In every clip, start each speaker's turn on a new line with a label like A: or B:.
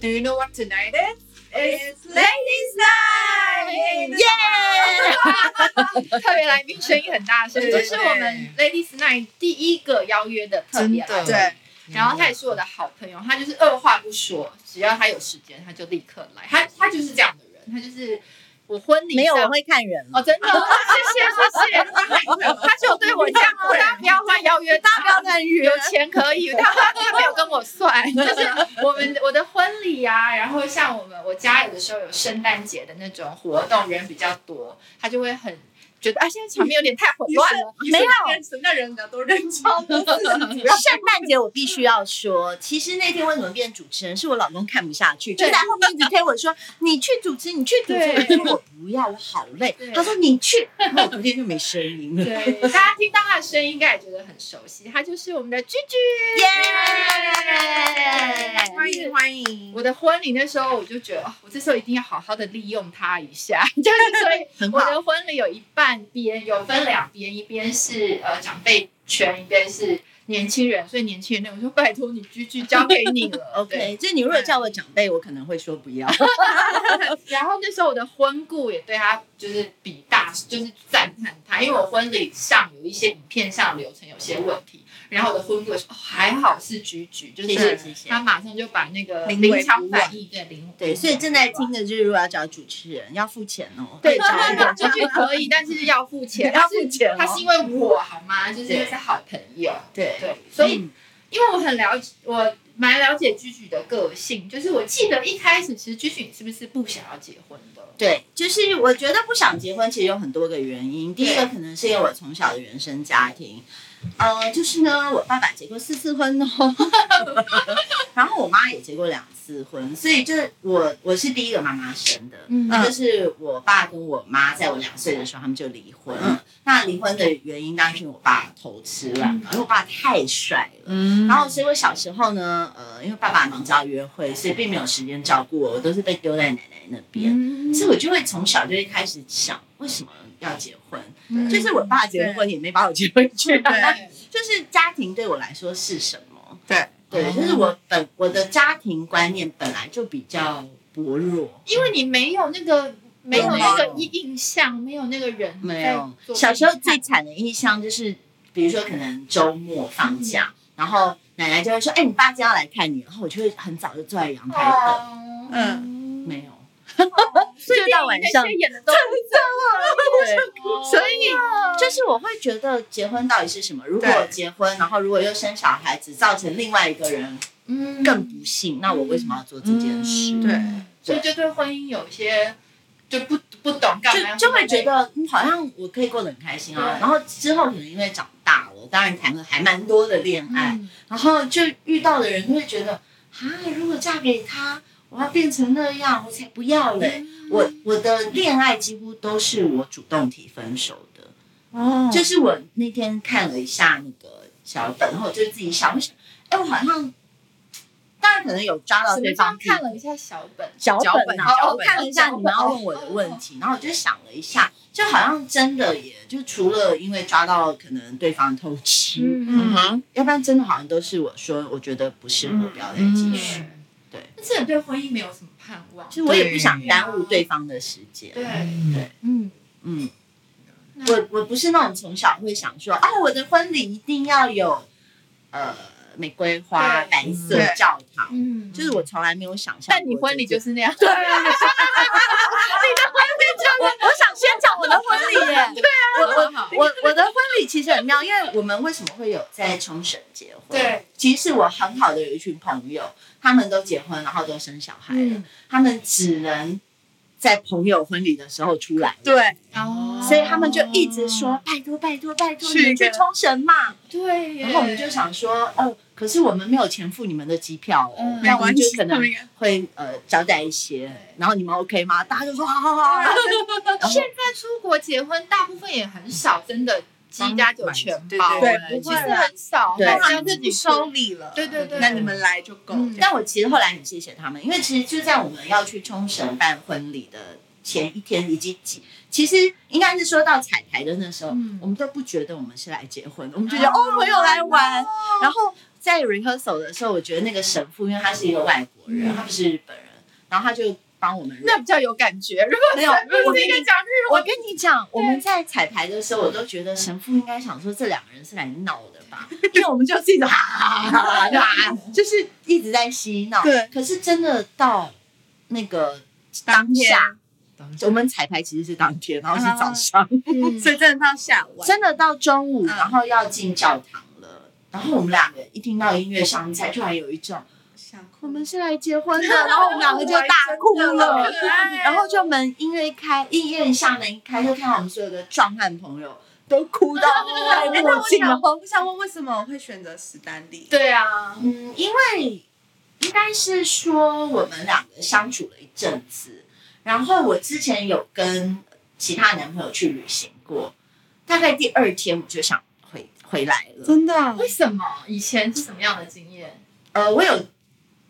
A: Do you know what tonight is?
B: It's
A: Ladies Night！
B: 特别来宾声音很大声，
A: 对
B: 这
A: 对
B: 是我们 Ladies Night 第一个邀约的特别来
A: 真
B: 宾
A: 的。
C: 对，
B: 然后他也是我的好朋友，他就是二话不说，只要他有时间，他就立刻来。他他就是这样的人，他就是我婚礼
C: 没有
B: 上
C: 我会看人，
B: 哦，真的 哦，谢谢谢谢，他就对我这样哦，大家不要乱邀约，大
C: 不要乱约
B: 有钱可以，他他没有跟我 算，就是我们我的婚礼啊，然后像我们我家有的时候有圣诞节的那种活动，人比较多，他就会很觉得啊，现在场面有点太混
A: 啊
B: 乱 了，
C: 没有。
A: 什么叫人格都认真？
B: 嗯
C: 圣诞节我必须要说，其实那天为什么变主持人，是我老公看不下去，就
B: 对
C: 在后面一直推我说：“你去主持，你去主持。”
B: 对
C: 我说：“我不要，我好累
B: 对。”
C: 他说：“你去。”然后我昨天就没声 音了。
B: 对，大家听到他的声音，应该也觉得很熟悉，他就是我们的居居。
C: 耶！
A: 欢迎欢迎！
B: 我的婚礼那时候，我就觉得，哦我这时候一定要好好的利用它一下， 就是所以
C: 很
B: 我
C: 好，
B: 的婚礼有一半边有分两边，一边是呃长辈圈，一边是年轻人，所以年轻人那我就拜托你居居交给你了
C: OK。就是你如果叫我长辈，我可能会说不 要。
B: 对然后那时候我的婚顾也对他就是比大，就是赞叹他，因为我婚礼上有一些影片上流程有些问题，然后我的婚顾也说、哦、还好是居居，就是
C: 谢谢谢谢。
B: 他马上就把那个
C: 临危不
B: 临场
C: 乱
B: 反应对临
C: 对，所以正在听的就是，如果要找主持人，要付钱哦。
B: 对，
C: 找一个
B: 出去可以，但是要付钱。
C: 要付钱哦
B: 他是因为我好吗？就是因为是好朋友，
C: 对
B: 对，所以
C: 嗯
B: 因为我很了解，我蛮了解居居的个性。就是我记得一开始，其实居居你是不是不想要结婚的？
C: 对，就是我觉得不想结婚，其实有很多个原因。第一个
B: 对
C: 可能是因为我从小的原生家庭，呃，就是呢，我爸爸结过四次婚哦， 然后我妈也结过两次婚，所以就是我我是第一个妈妈生的，
B: 嗯
C: 那就是我爸跟我妈在我两岁的时候他们就离婚
B: 嗯
C: 了。那离婚的原因当然是因为我爸偷吃了，
B: 嗯
C: 因为我爸太帅了。
A: 嗯
C: 然后，所以我小时候呢，呃，因为爸爸忙着要约会，所以并没有时间照顾我，我都是被丢在奶奶那边。
B: 嗯
C: 所以我就会从小就会开始想，为什么要结婚？
B: 嗯
C: 就是我爸结了婚也没把我接回去、啊，
B: 对
C: 就是家庭对我来说是什么？
A: 对
C: 对，
B: 哦
C: 就是我本我的家庭观念本来就比较薄弱，
B: 因为你没有那个没有那个
C: 有
B: 印印象，没有那个人在
C: 没有。
B: 做
C: 小时候最惨的印象就是，比如说可能周末放假，
B: 嗯
C: 然后奶奶就会说：“哎、你爸今天要来看你。”然后我就会很早就坐在阳台等，
B: 哦
A: 嗯
C: 没有。
B: 所以
C: 就到
B: 电影
C: 晚
B: 那些
C: 上
B: 演的都
C: 对
B: 所
C: 所以就是我会觉得结婚到底是什么？如果
A: 对
C: 结婚，然后如果又生小孩子，造成另外一个人
B: 嗯
C: 更不幸，那我为什么要做这件事？
A: 嗯对
B: 所以就对婚姻有一些就不不懂干嘛要
C: 就就会觉
B: 准备
C: 得嗯好像我可以过得很开心啊。
B: 对
C: 然后之后可能因为长大了，当然谈了还蛮多的恋
B: 哎嗯
C: 爱，然后就遇到的人就会觉得啊，如果嫁给他，我要变成那样，我才不要嘞。我我的恋爱几乎都是我主动提分手的。
A: 哦
C: 就是是我那天看了一下那个脚本，然后我就自己想，我想，哎，我好像，当然可能有抓到
B: 什
C: 对
B: 么叫
C: 方
B: 看了一下小本，
C: 脚
A: 脚
C: 本
A: 本
C: 啊，
A: 脚
C: 我
A: 本
C: 看了一下你们要问我的问题，然后我就想了一下，就好像真的耶，就除了因为抓到可能对方偷吃，
A: 嗯
B: 嗯，
A: 哼，
C: 要不然真的好像都是我说我觉得不适合，不要再继续。
B: 嗯对
C: 对。
B: 但是你对婚姻没有什么盼望，
C: 其实我也不想耽误对方的时间，
B: 对，
C: 嗯嗯。
B: 那
C: 我我不是那种从小会想说，啊，我的婚礼一定要有呃玫瑰花、
B: 对
C: 白色教堂，
B: 嗯，
C: 就是我从来没有想象过这件。
B: 但你婚礼就是是那样，对，你的婚
C: 啊
B: 礼
C: 我我想先讲我的婚礼耶，
B: 就我很好，
C: 我我的婚礼其实很妙，因为我们为什么会有在冲绳结婚？
B: 对，
C: 其实我很好的有一群朋友，他们都结婚，然后都生小孩了，
B: 嗯
C: 他们只能在朋友婚礼的时候出来，
A: 对，
B: 哦
C: 所以他们就一直说，拜托拜托拜托，
A: 去
C: 你们去
A: 的
C: 冲绳嘛。
B: 对耶，
C: 然后我们就想说，哦，可是我们没有钱付你们的机票哦，
B: 嗯
C: 那我们就可
A: 他
C: 能
A: 们应该
C: 会呃招待一些，然后你们 OK 吗？大家就说好好好好，后
B: 现在出国结婚，大部分也很少，真的七加九全包，
A: 对
B: 哎
A: 对
B: 其
A: 不
B: 实
A: 会啦
B: 很少，
C: 对
B: 还
A: 他
B: 是要
A: 们
B: 自
A: 自
B: 己
A: 己
B: 付
A: 收礼了，
B: 对对对
A: 那你们来就够。
B: 嗯
A: 这样
C: 但我其实后来很谢谢他们，因为其实就在我们要去冲绳办婚礼的前一天，以及几，其实应该是说到彩排的那时候，
B: 嗯啊
C: 哦
B: 哦
C: 我们都不觉得我们是来结婚的，我们就觉得、哦，我有来玩。然后在 rehearsal 的时候，我觉得那个神父，因为他是一个外国人，他不是日本人，然后他就帮我们 rap。
B: 嗯那比较有感觉。如果
C: 没有
B: 神父
C: 我
B: 是
C: 跟
B: 一个
C: 你
B: 讲日
C: 我
B: 文，
C: 跟你讲，我们在彩排的时候，我都觉得神父应该想说这两个人是来闹的吧， 因为我们就是一直哈哈哈哈， 就是一直在嬉闹。
A: 对，
C: 可是真的到那个当啊下，我们彩排其实是当天，然后是早上，
B: 嗯
A: 所以真的到下午啊，
C: 真的到中午，
A: 嗯
C: 然后要进教堂了。然后我们两个一听到音乐上菜，突然有一种
A: 想哭
C: 我们是来 结婚的，然后我们两个就大哭了。然后就门音乐一开，音乐一下门一开，就看到我们所有的壮汉朋友都哭到戴
A: 哎，
C: 墨
A: 那我
C: 镜
A: 想
C: 了。
A: 问，我想问为什么会选择史丹利？
B: 对啊，
C: 嗯，因为应该是说我们两个相处了一阵子，然后我之前有跟其他男朋友去旅行过，大概第二天我就想回回来了。
A: 真的啊
B: 为什么？以前是什么样的经验？
C: 呃，我有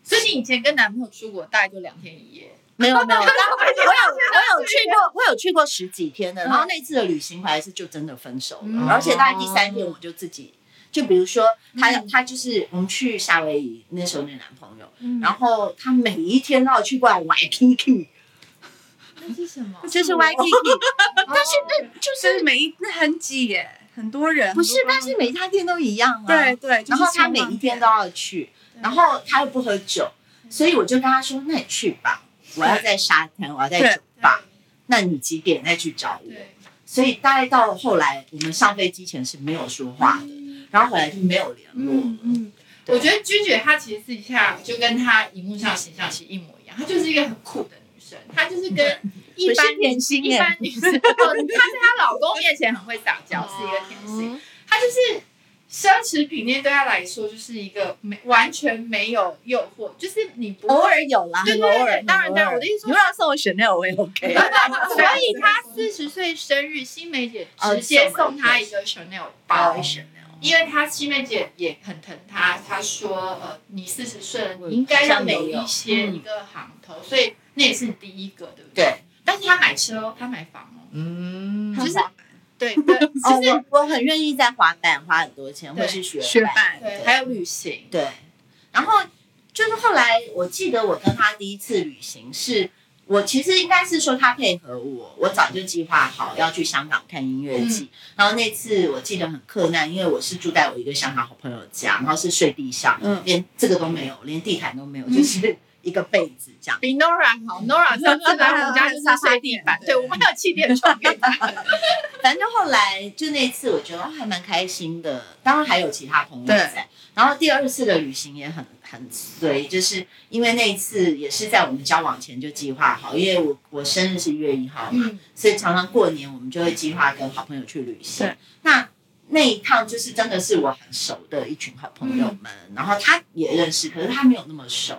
B: 所以你以前跟男朋友出国大概就两天一夜，
C: 没 有 没有，我有我有去过，我有去过十几天的。
A: 嗯
C: 然后那次的旅行回来是就真的分手了，
B: 嗯
C: 而且大概第三
A: 哦
C: 天我就自己，就比如说他、
A: 嗯
C: 他就是我们去夏威夷那时候那男朋友，
A: 嗯
C: 然后他每一天都要去过来玩 Kiki，
A: 哦
B: 那是什么？
C: 就是 Y Kiki，但 是那就
A: 所以
C: 是
A: 每一那很挤耶，很多人
C: 不是，
A: 很多
C: 但是每一他天都一样啊。
A: 对对，
C: 然后他每一天都
A: 都
C: 要去，然后他又不喝酒，所以我就跟他说：“那你去吧，我要在沙滩，我要在
A: 对
C: 酒吧，那你几点再去找我？”
B: 对，
C: 所以大概到了后来，我们上飞机前是没有说话的，然后回来就没有联络了。
A: 嗯嗯，
C: 对
B: 我觉得君姐她其实私底下就跟她荧幕上形象其实一模一样，她就是一个很酷的女生，她就是跟一般
C: 我是甜心
B: 一
C: 耶
B: 般女生，哦她在她老公面前很会撒娇，是一个甜心。
C: 嗯
B: 她就是奢侈品店对她来说就是一个没完全没有诱惑，就是你不
C: 偶
B: 会。
C: 尔有啦，
B: 对
C: 很
B: 对对
C: 偶尔，
B: 当然
C: 很偶尔
B: 当然我的意思说
C: 你如果要送我选那我 也
B: 哎
C: OK 啊。
B: 所 以她四十岁生日，哦新梅姐哦直接送她一个 Chanel 包， 因为她新梅姐也很疼她，她说呃，你四十岁了，你应该要有一些一个行头，所以那也是你第一个，对不对？
C: 对，
B: 但是她买车哦，她买房哦，
D: 嗯
B: 就是
C: 哦
B: 对 对
C: 我我很愿意在滑板花很多钱，
B: 对
C: 或是学
A: 学
C: 板
A: 伴，
B: 对，还有旅行，
C: 对，然后就是后来我记得我跟他第一次旅行是。我其实应该是说他配合我，我早就计划好要去香港看音乐季。然后那次我记得很困难，因为我是住在我一个香港好朋友家，然后是睡地上，
A: 嗯
C: 连这个都没有，连地毯都没有，就是一个被子这样。
B: 比 Nora 好，Nora 上次来我们家 就是睡地板，嗯对我们还有气垫床给她，
C: 反正后来就那次，我觉得还蛮开心的。当然还有其他朋友在。然后第二次的旅行也很很随，就是因为那一次也是在我们交往前就计划好，因为我我生日是一月一号嘛，
B: 嗯
C: 所以常常过年我们就会计划跟好朋友去旅行
A: 对。
C: 那那一趟就是真的是我很熟的一群好朋友们，然后他也认识，可是他没有那么熟。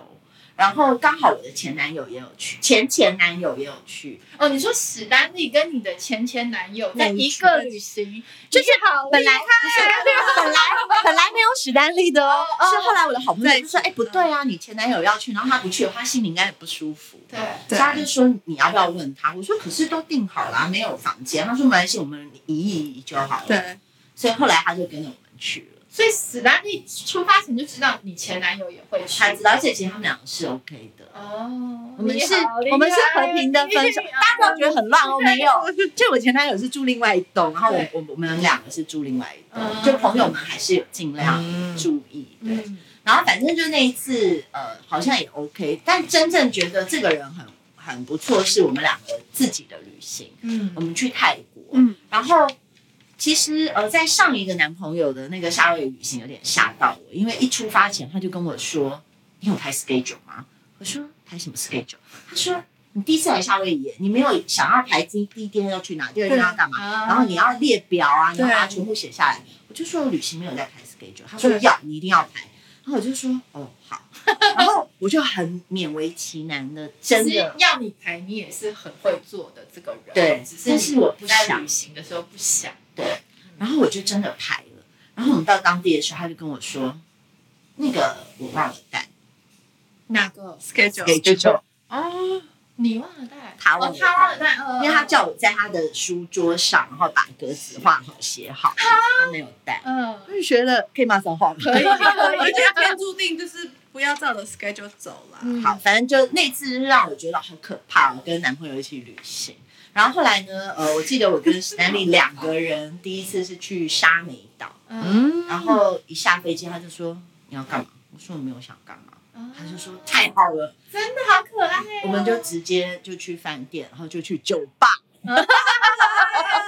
C: 然后刚好我的前男友也有去，前前男友也有去，
B: 哦，你说史丹利跟你的前前男友在
C: 没
B: 一
C: 错
B: 个旅行，就是好
C: 本来不是，本来本来没有史丹利的哦，
B: 哦
C: 是后来我的好朋友就说，哎，不对啊，你前男友要去，然后他不去，他心里应该也不舒服。
B: 对，
C: 所
A: 对
C: 以他就说你要不要问他？我说可是都订好了啊，没有房间。他说没关系，我们移一移就好了。
A: 对，
C: 所以后来他就跟着我们去了。
B: 所以史丹利出发前就知道你前男友也会去，
C: 他知道，而且其实他们两个是 OK 的。
B: 哦，
C: 我们
B: 你
C: 是
B: 好厉害
C: 我们是和平的分手
B: 你，
C: 大家不要觉得很乱哦，没 有。就我前男友是住另外一栋，然后我
B: 对
C: 我我们两个是住另外一
B: 嗯
C: 栋，就朋友们还是有尽量
D: 嗯
C: 注意。对，
B: 嗯，
C: 然后反正就那一次，呃，好像也 OK，但真正觉得这个人很很不错，是我们两个自己的旅行，
B: 嗯
C: 我们去泰国，
A: 嗯，
C: 然后其实呃，在上一个男朋友的那个夏威夷旅行有点吓到我，因为一出发前他就跟我说：“你有排 schedule 吗？”我说：“排什么 schedule？” 他说：“你第一次来夏威夷，你没有想要排第第一天要去哪，第二天要干嘛？”
B: 啊
C: 嗯然后你要列表啊，你要把它
A: 对
C: 全部写下来。我就说我旅行没有在排 schedule，他说
A: 对
C: 要，你一定要排。然后我就说哦好，然后我就很勉为其难的，真
B: 其实
C: 的
B: 要你排，你也是很会做的这个人，
C: 对
B: 只
C: 但
B: 是
C: 是
B: 你
C: 我不
B: 在
C: 想
B: 旅行的时候不想，
C: 对。然后我就真的排了。然后我们到当地的时候，他就跟我说，那个我忘了带
B: 那个
A: schedule
C: schedule，
A: 哦，
C: 我
B: 你忘了带，
C: 他忘
B: 哦
C: 了，
B: 他忘了
C: 带，
B: 带，呃
C: 因为他叫我在他的书桌上，然后把格子画好写好，他没有带。
B: 嗯，
C: 就觉得可以骂脏话吗？
B: 可以可
A: 我
B: 以
A: 觉，得天注定就是不要照着 schedule 走了。
B: 嗯
C: 好，，反正就那次是让我觉得好可怕。我跟男朋友一起旅行，然后后来呢，呃，我记得我跟史丹利两个人第一次是去沙美岛，
B: 嗯，
D: 嗯，
C: 然后一下飞机他就说你要干嘛？我说我没有想干嘛，他就说太好
B: 嗯
C: 了，
B: 真的好可爱哦，
C: 我们就直接就去饭店，然后就去酒吧，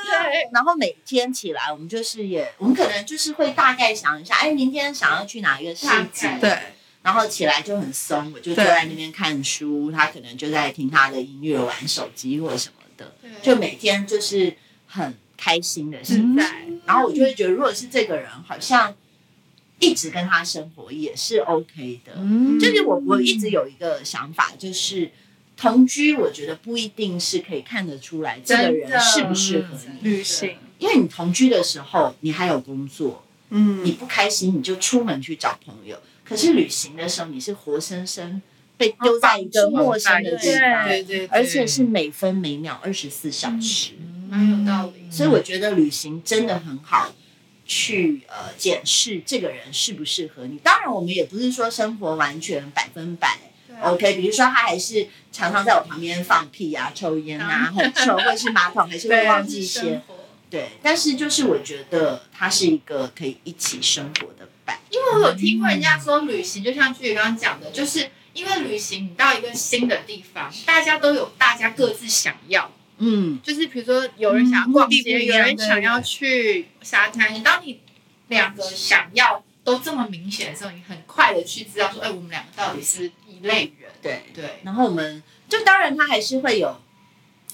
B: 对，
C: 然后每天起来我们就是也我们可能就是会大概想一下，哎，明天想要去哪一个市集
B: 大，概
A: 对，
C: 然后起来就很松，我就坐
A: 对
C: 在那边看书，他可能就在听他的音乐、玩手机或什么的，
B: 对
C: 就每天就是很开心的事。
A: 自
D: 嗯
A: 在。
C: 然后我就会觉得，如果是这个人，好像一直跟他生活也是 OK 的。
D: 嗯
C: 就是我我一直有一个想法，就是同居，我觉得不一定是可以看得出来这
B: 真
C: 个
B: 的
C: 人适不适合
B: 嗯
C: 你，
A: 旅行，
C: 因为你同居的时候，你还有工作，你
A: 嗯，
C: 不开心你就出门去找朋友，可是旅行的时候你是活生生被丢在一个陌生的地方，
D: 对对，
C: 而且是每分每秒二十四小时，
B: 蛮有道理，
C: 所以我觉得旅行真的很好。去呃检视这个人适不适合你，当然我们也不是说生活完全百分百
B: 对啊
C: OK，比如说他还是常常在我旁边放屁啊、抽烟啊、很臭，或者是马桶还是会
A: 对
C: 忘
B: 是
C: 记
B: 生
C: 些，
B: 活
C: 对。但是就是我觉得他是一个可以一起生活的伴。
B: 因为我有听过人家说，旅行就像剧刚刚讲的，就是因为旅行你到一个新的地方，大家都有大家各自想要，
C: 嗯，
B: 就是比如说有人想要逛
A: 嗯目的
B: 街，
A: 不一
B: 有
A: 样
B: 人想要去沙滩。当你两个想要都这么明显的时候，你很快的去知道说，哎，我们两个到底是一类人。
C: 对。
B: 对，
C: 然后我们就当然他还是会有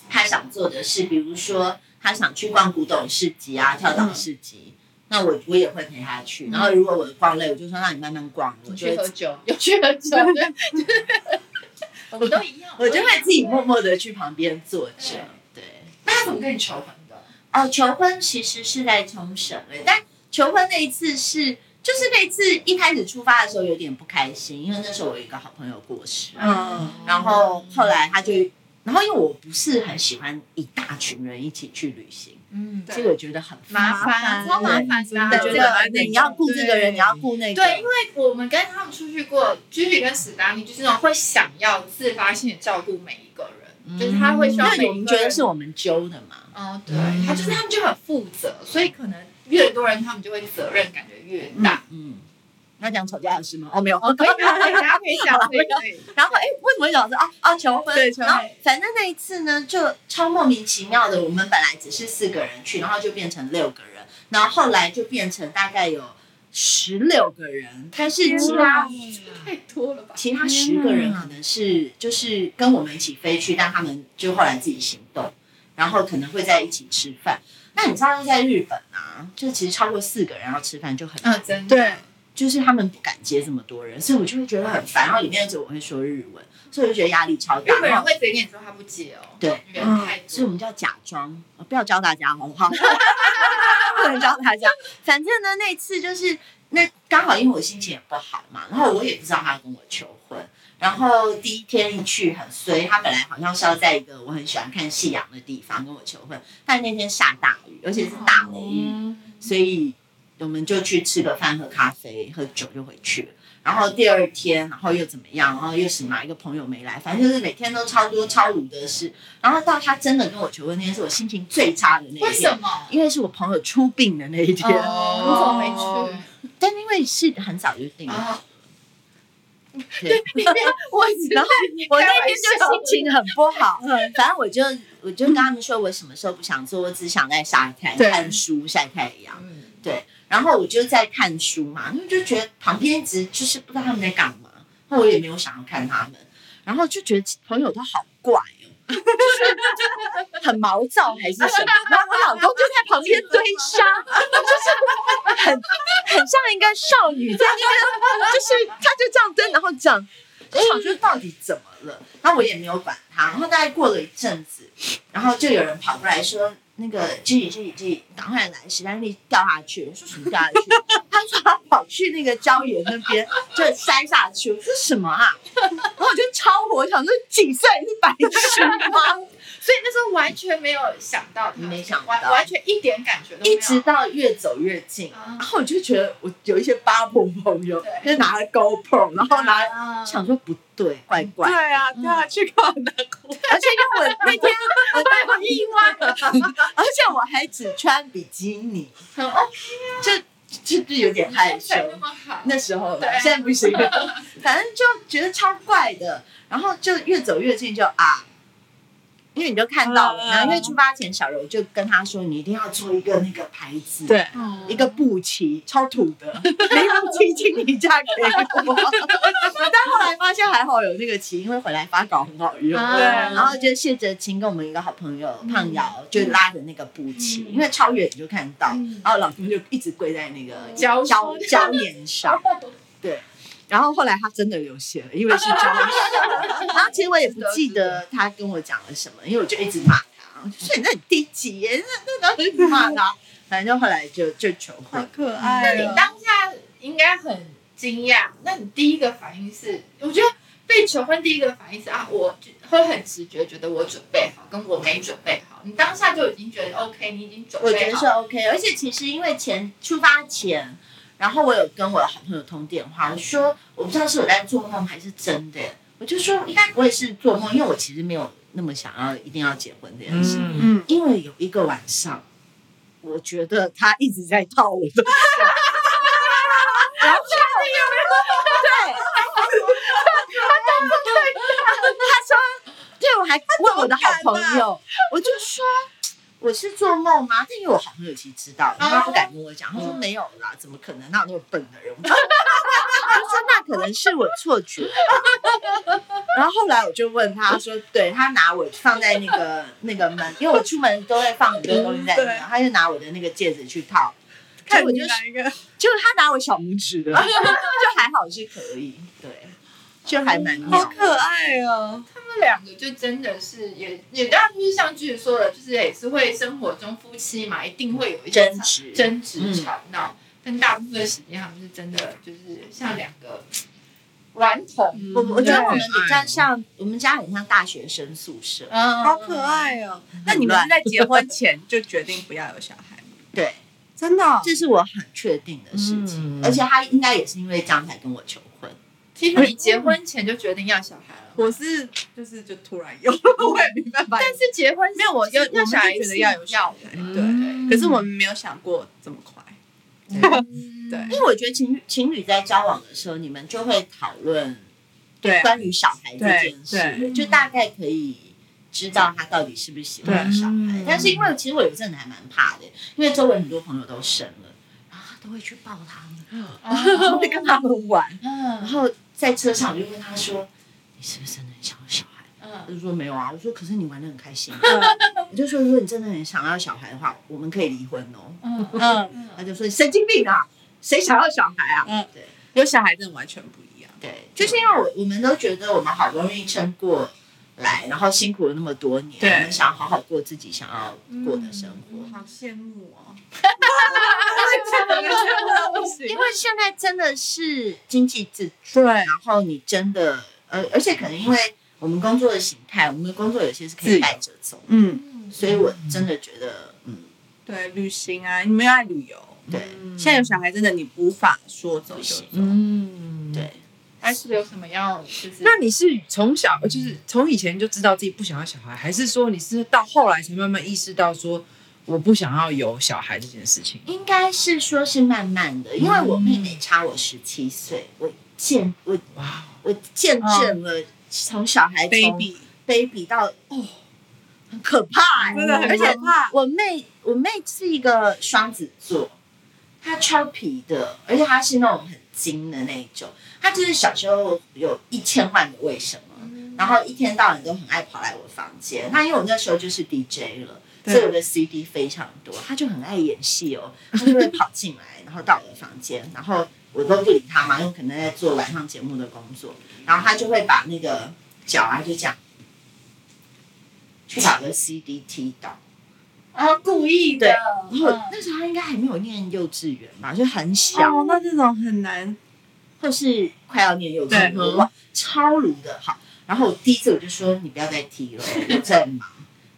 C: 他想做的事，比如说他想去逛古董市集啊、跳蚤市集，那我我也会陪他去。然后如果我逛累，我就说让你慢慢逛，我
B: 有
C: 就
B: 去
C: 会
B: 喝酒，有去喝酒，对，我们都一样。
C: 我就会自己默默的去旁边坐着。对，
B: 那他怎么跟你求婚的？
C: 嗯哦，求婚其实是在冲绳诶，但求婚那一次是。就是那次一开始出发的时候有点不开心，因为那时候我有一个好朋友过世，啊
A: 嗯
C: 然后后来他就，然后因为我不是很喜欢一大群人一起去旅行，
B: 嗯，
A: 对
C: 这个我觉得很烦。
B: 麻
A: 麻
B: 烦，
A: 烦
B: 超麻烦的啊，
A: 对
C: 我觉
A: 真的
C: 得你要顾这个人，
A: 对
C: 你要顾那个，
B: 对，因为我们跟他们出去过，居里跟史达尼就是那种会想要自发性的照顾每一个人，就是他会需要
C: 因
B: 每
C: 为
B: 一
C: 我们
B: 个嗯
C: 觉
B: 人
C: 得是我们揪的嘛。
B: 哦，对，他就是他们就很负责，所以可能越多人，他们就会责任感觉越大。
C: 嗯，那讲吵架的事吗？哦，没有。
B: 可以，可以，大家可以想，可以，可以。
C: 然后哎，为什么会讲是啊啊求婚？
A: 对求婚
C: 然后反正那一次呢，就超莫名其妙的，我们本来只是四个人去，然后就变成六个人，然后后来就变成大概有十六个人，但是其他
B: 太多了吧？
C: 其他十个人可能是就是跟我们一起飞去，但他们就后来自己行动，然后可能会在一起吃饭。那你知道在日本啊，就其实超过四个人要吃饭就很，
B: 嗯，真的，
A: 对，
C: 就是他们不敢接这么多人，所以我就会觉得很烦。然后里面只有我会说日文，所以我就觉得压力超大
B: 日。本
C: 然
B: 人
C: 后
B: 会直接跟你说他不接哦，
C: 对，
B: 人太
C: 所以
B: 多，
C: 我们就要假装，哦不要教大家好不好？ 不能教大家。反正呢，那次就是那刚好因为我心情也不好嘛，然后我也不知道他要跟我求婚。然后第一天一去很衰，他本来好像是要在一个我很喜欢看夕阳的地方跟我求婚，但那天下大雨，而且是大雷雨，
B: 嗯
C: 所以我们就去吃个饭、喝咖啡、喝酒就回去了。然后第二天，然后又怎么样？然后又是哪一个朋友没来？反正就是每天都超多超无的事。然后到他真的跟我求婚那天，是我心情最差的那一天。
B: 为什么？
C: 因为是我朋友出殡的那一天，
B: 哦，你怎么没去？
C: 但因为是很早就 定了，
B: 啊，
C: 对，
B: 我知道，
C: 我那天就心情很不好。嗯反正我就我就跟他们说，我什么时候不想做，我只想在沙滩
A: 对
C: 看书、晒太阳。
B: 嗯，
C: 对，然后我就在看书嘛，然后就觉得旁边一直就是不知道他们在干嘛，然后我也没有想要看他们，然后就觉得朋友都好怪哦， 就是很毛躁还是什么，然后我老公就在旁边堆沙，就是很很像一个少女在那边，就是他就这样蹲，然后讲，我
B: 嗯
C: 想说到底怎么了？然后我也没有管他，然后大概过了一阵子，然后就有人跑过来说。那个这里这里这里，赶快来！史丹利掉下去，我说什么掉 下去？他说他跑去那个礁岩那边就摔下去，我说什么啊？然后我就超火，我想说几岁你是白痴 吗？
B: 所以那时候完全没有想到他，
C: 没想到
B: 完完全一点感觉都没有。
C: 一直到越走越近，
B: 啊
C: 然后我就觉得我有一些八婆朋友
B: 对
C: 就拿了 GoPro，然后拿
B: 啊
C: 想说不对，怪怪
A: 对，啊，对啊，去看难过。
C: 而且因为我那 天我太
B: 很意外，
C: 而且我还只穿比基尼，
B: 很 OK，
C: 这就有点害羞
B: 身。材那么好，
C: 那时候啦
B: 对
C: 现在不行 了，反正就觉得超怪的，然后就越走越近就，啊，因为你就看到了，
A: 嗯
C: 然后因为出发前小柔就跟他说，你一定要做一个那个牌子，，
A: 对，
B: 嗯
C: 一个布旗，超土 的，没布旗，请你嫁给我。 但后来发现还好有那个旗，因为回来发稿很好用。
B: 啊
A: 对
C: 然后就谢哲琴跟我们一个好朋友胖瑶就拉着那个布旗，
B: 嗯
C: 因为超远就看到，
B: 嗯
C: 然后老公就一直跪在那个
B: 胶
C: 胶胶粘上， 对。然后后来他真的流血了，因为是胶粘。 然后其实我也不记得他跟我讲了什么，因为我就一直骂他，我就说你那很低级耶，那那那一直骂他。反正就后来就就求婚
A: 好，可
B: 那
A: 爱
B: 你
A: 哦。
B: 当下应该很惊讶，那你第一个反应是？我觉得被求婚第一个反应是啊，我会很直觉觉得我准备好，跟我没准备好。你当下就已经觉得 OK，你已经准
C: 我觉
B: 备
C: 得
B: 好
C: 是啊
B: 了。
C: OK。而且其实因为前出发前，然后我有跟我的好朋友通电话，我说我不知道是我在做梦还是真的，我就说应该不会是做梦，因为我其实没有那么想要一定要结婚这件事。
D: 嗯，
A: 嗯，
C: 因为有一个晚上，我觉得他一直在套我的手，然后对，他说，对我还问我的好朋友，我就说。我是做梦吗？但因为我好朋友其实知道，他不敢跟我讲，他说没有啦，怎么可能？哪有那么笨的人？我说 他说那可能是我错觉。然后后来我就问他说，对他拿我放在那个那个门，因为我出门都会放很多东西在里面
A: 对，
C: 他就拿我的那个戒指去套，结
A: 看
C: 果
A: 你
C: 就是
A: 哪一个？
C: 结果他拿我小拇指的， 就还好是可以，对，就还蛮妙
A: 好
C: 的。
A: 可爱哦。
B: 他们两个就真的是也也当然就是像剧说的，就是也是会生活中夫妻嘛，一定会有一些
C: 争
B: 吵
C: 执，
B: 争执吵闹，但大部分时间他们是真的就是像两个顽童，
C: 我我觉得
A: 对
C: 我们比较像，我们家很像大学生宿舍，
B: 嗯
A: 好可。爱哦。那你们是在结婚前 就决定不要有小孩吗？
C: 对，
A: 真的哦？
C: 这是我很确定的事情。
D: 嗯
C: 而且他应该也是因为这样才跟我求婚，
B: 其实你结婚前就决定要小孩了，
A: 我是就是就突然有，我也没办法。
B: 但是结婚
A: 没有，我就我
B: 要
A: 们
B: 小孩
A: 就觉
B: 是
A: 得要有小
B: 要
A: 孩，对。
D: 嗯
A: 可是我们没有想过这么快。对
B: 对
C: 因为我觉得情侣情侣在交往的时候，你们就会讨论
A: 对啊
C: 关于小孩这件
A: 对
C: 事，就大概可以知道他到底是不是喜欢
A: 对
C: 小孩
D: 嗯。
C: 但是因为其实我有一阵子还蛮怕的，因为周围很多朋友都生了，然后啊他都会去抱他们，然后会跟他们玩，然
B: 嗯
C: 后在车上我就问他说：“你是不是真的很想要小孩？”他
B: 嗯
C: 就说没有啊，我说可是你玩的很开心啊，
A: 嗯
C: 我就说如果你真的很想要小孩的话，我们可以离婚哦。
B: 嗯
A: 嗯，
C: 他就说你神经病啊，谁想要小孩啊？
A: 嗯
C: 对
A: 有小孩真的完全不一样。
C: 对，就是因为我我们都觉得我们好不容易撑过来，然后辛苦了那么多年，
A: 对
C: 我们想好好过自己想要过的生活。
A: 好羡慕 哦！
C: 因为现在真的是经济自主，
A: 对啊
C: 然后你真的呃，而且可能因为我们工作的形态，我们的工作有些是可
A: 自
C: 以
A: 由
C: 带着走，
A: 嗯，
C: 所以我真的觉得，嗯，
A: 对，旅行啊，你们要爱旅游。
C: 对
A: 现在有小孩，真的你无法说走就走。
D: 嗯，
C: 对。
B: 还是有什么要就是
D: 那你是从小就是从以前就知道自己不想要小孩，还是说你是到后来才慢慢意识到说我不想要有小孩这件事情？
C: 应该是说是慢慢
A: 嗯
C: 的，因为我妹妹差我十七岁，我见我
D: 哇，
C: 我见证了从小孩从
A: baby
C: baby 到哦，很可怕欸、
A: 真的很
C: 而且
A: 可怕。
C: 我妹我妹是一个双子座，她超皮的，而且她是那种很精的那一种，她就是小时候有一千万个为什么，然后一天到晚都很爱跑来我房间。那因为我那时候就是 DJ 了。所
A: 对
C: 以我的 CD 非常多，她就很爱演戏哦，她就会跑进来，然后到我的房间，然后我都不理她嘛，因为我可能在做晚上节目的工作，然后她就会把那个脚啊就这样去把个 CD 踢倒，
B: 啊
C: 然后故意的
B: 对。
C: 嗯然后那时候他应该还没有念幼稚园吧，就很小，
A: 哦，那这种很难，
C: 或是快要念幼稚园，
D: 对
C: 哇，超鲁的好。然后我第一次我就说你不要再踢了，我在忙。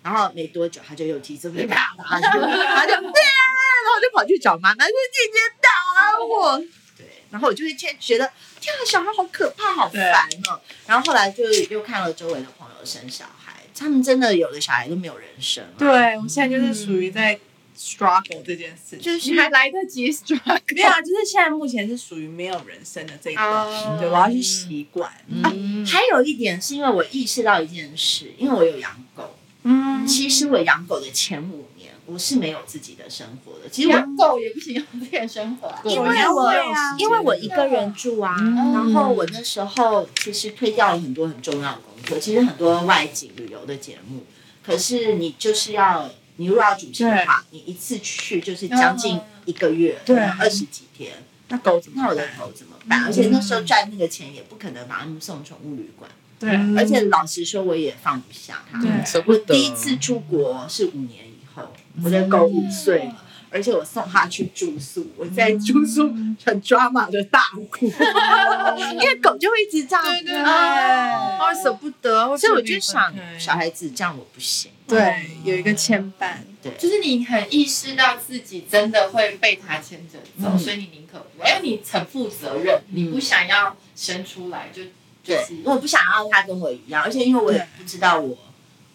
C: 然后没多久他就又踢这个，啪然后就他就啊，然后就跑去找妈妈说姐姐打我。对，然后我就会觉觉得天啊，小孩好可怕，好烦哦。然后后来就又看了周围的朋友生小孩，他们真的有的小孩都没有人生、啊。
A: 对我现在就是属于在 struggle 这件事情。
C: 就是
B: 你还来得及 struggle
A: 没有啊，就是现在目前是属于没有人生的这一段，
B: 哦
A: 嗯对，我要去习惯。
D: 啊嗯，
C: 还有一点是因为我意识到一件事，因为我有养狗。
A: 嗯
C: 其实我养狗的前五年，我是没有自己的生活的。其实我
B: 养狗也不行，养自己的生活啊。
D: 狗
C: 因
D: 你
C: 为
D: 要
C: 我
D: 会啊
C: 因为我一个人住啊，
D: 嗯
C: 然后我那时候其实推掉了很多很重要的工作，其实很多外景旅游的节目，可是你就是要你如果要主持的话，你一次去就是将近一个月，
A: 嗯对
C: 二十几天。
A: 那狗怎
C: 那
A: 么
C: 我的
A: 办？嗯
C: 狗怎么办？而且那时候赚那个钱也不可能把他们送宠物旅馆，
A: 对，
D: 嗯
C: 而且老实说我也放不下它们。
A: 嗯
D: 舍不
C: 我
D: 得。
C: 第一次出国是五年以后，我的狗五岁，而且我送它去住宿，我在住宿很抓马的大哭， 因为狗就会一直这样
D: 对对对，
C: 哎
D: 哦，舍不得，会
C: 所以我
D: 分离
C: 就想
D: 分开
C: 小孩子这样我不行，
A: 对，有一个牵绊。
B: 就是你很意识到自己真的会被他牵着走，
C: 嗯
B: 所以你宁可不要，因为你很负责任，你不想要生出来就就
C: 对
B: 是，
C: 因为我不想要它跟我一样，而且因为我也不知道我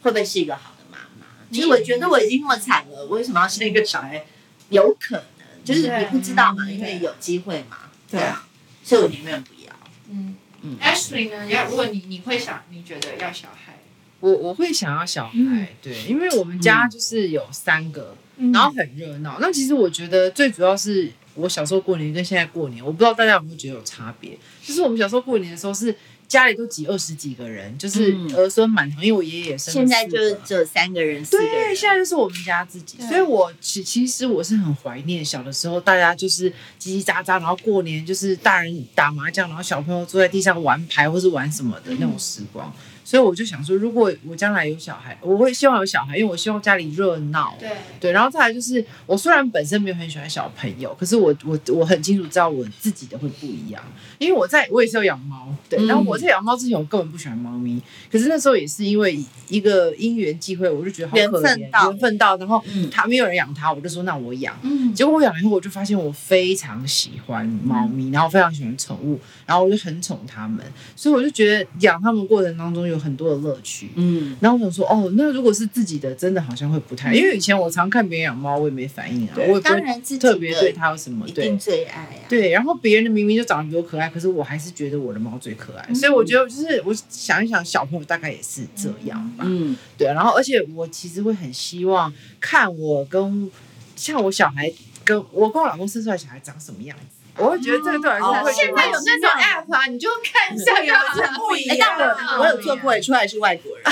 C: 会不会是一个好的妈妈，其实我觉得我已经那么惨了，我为什么要生一个小孩？有可能就是你不知道嘛，因为有机会嘛，
A: 对
C: 啊，所以我宁愿不要。
B: 嗯
C: 嗯
B: Ashley 呢？要如果你你会想，你觉得要小孩，
D: 我我会想要小孩，
B: 嗯
D: 对，因为我们家
C: 嗯
D: 就是有三个，
A: 嗯
D: 然后很热闹。那其实我觉得最主要是我小时候过年跟现在过年，我不知道大家有没有觉得有差别。就是我们小时候过年的时候是家里都挤二十几个人，就是
C: 嗯
D: 儿孙满堂，因为我爷爷也生了
C: 现在
D: 四
C: 就
D: 个
C: 只有三个人、四个
D: 对，
C: 人，
D: 现在就是我们家自己，
B: 对
D: 所以我其其实我是很怀念小的时候，大家就是叽叽喳喳，然后过年就是大人打麻将，然后小朋友坐在地上玩牌或是玩什么
C: 嗯
D: 的那种时光。所以我就想说，如果我将来有小孩，我会希望有小孩，因为我希望家里热闹。
B: 对，
D: 对，然后再来就是，我虽然本身没有很喜欢小朋友，可是我我我很清楚知道我自己的会不一样，因为我在我也是有养猫，
C: 嗯
D: 对，然后我在养猫之前我根本不喜欢猫咪，可是那时候也是因为一个因缘际会，我就觉得好可
C: 缘
D: 怜，
C: 分到
D: 缘分到，然后
C: 嗯
D: 他没有人养它，我就说那我养。
C: 嗯，
D: 结果我养了以后，我就发现我非常喜欢猫咪，然后非常喜欢宠物，然后我就很宠它们，所以我就觉得养它们过程当中有很多的乐趣。
C: 嗯，
D: 然后我想说，哦，那如果是自己的，真的好像会不太，因为以前我常看别人养猫，我也没反应啊，我
A: 对
D: 也不
C: 当
D: 会
C: 然自己的
D: 特别对它有什么
C: 一定
D: 对
C: 最爱啊。
D: 对。然后别人的明明就长得比我可爱，可是我还是觉得我的猫最可
C: 嗯
D: 爱，所以我觉得就是我想一想，小朋友大概也是这样吧，
C: 嗯，
D: 对。啊然后而且我其实会很希望看我跟像我小孩跟我跟我老公生出来小孩长什么样子，我会觉得这个对我来说
C: 哦
D: 会觉得
B: 现在有那种 app 啊，你就看一下有没有
A: 不一
C: 哎，但
A: 样，
C: 我我有做过，出来是外国人，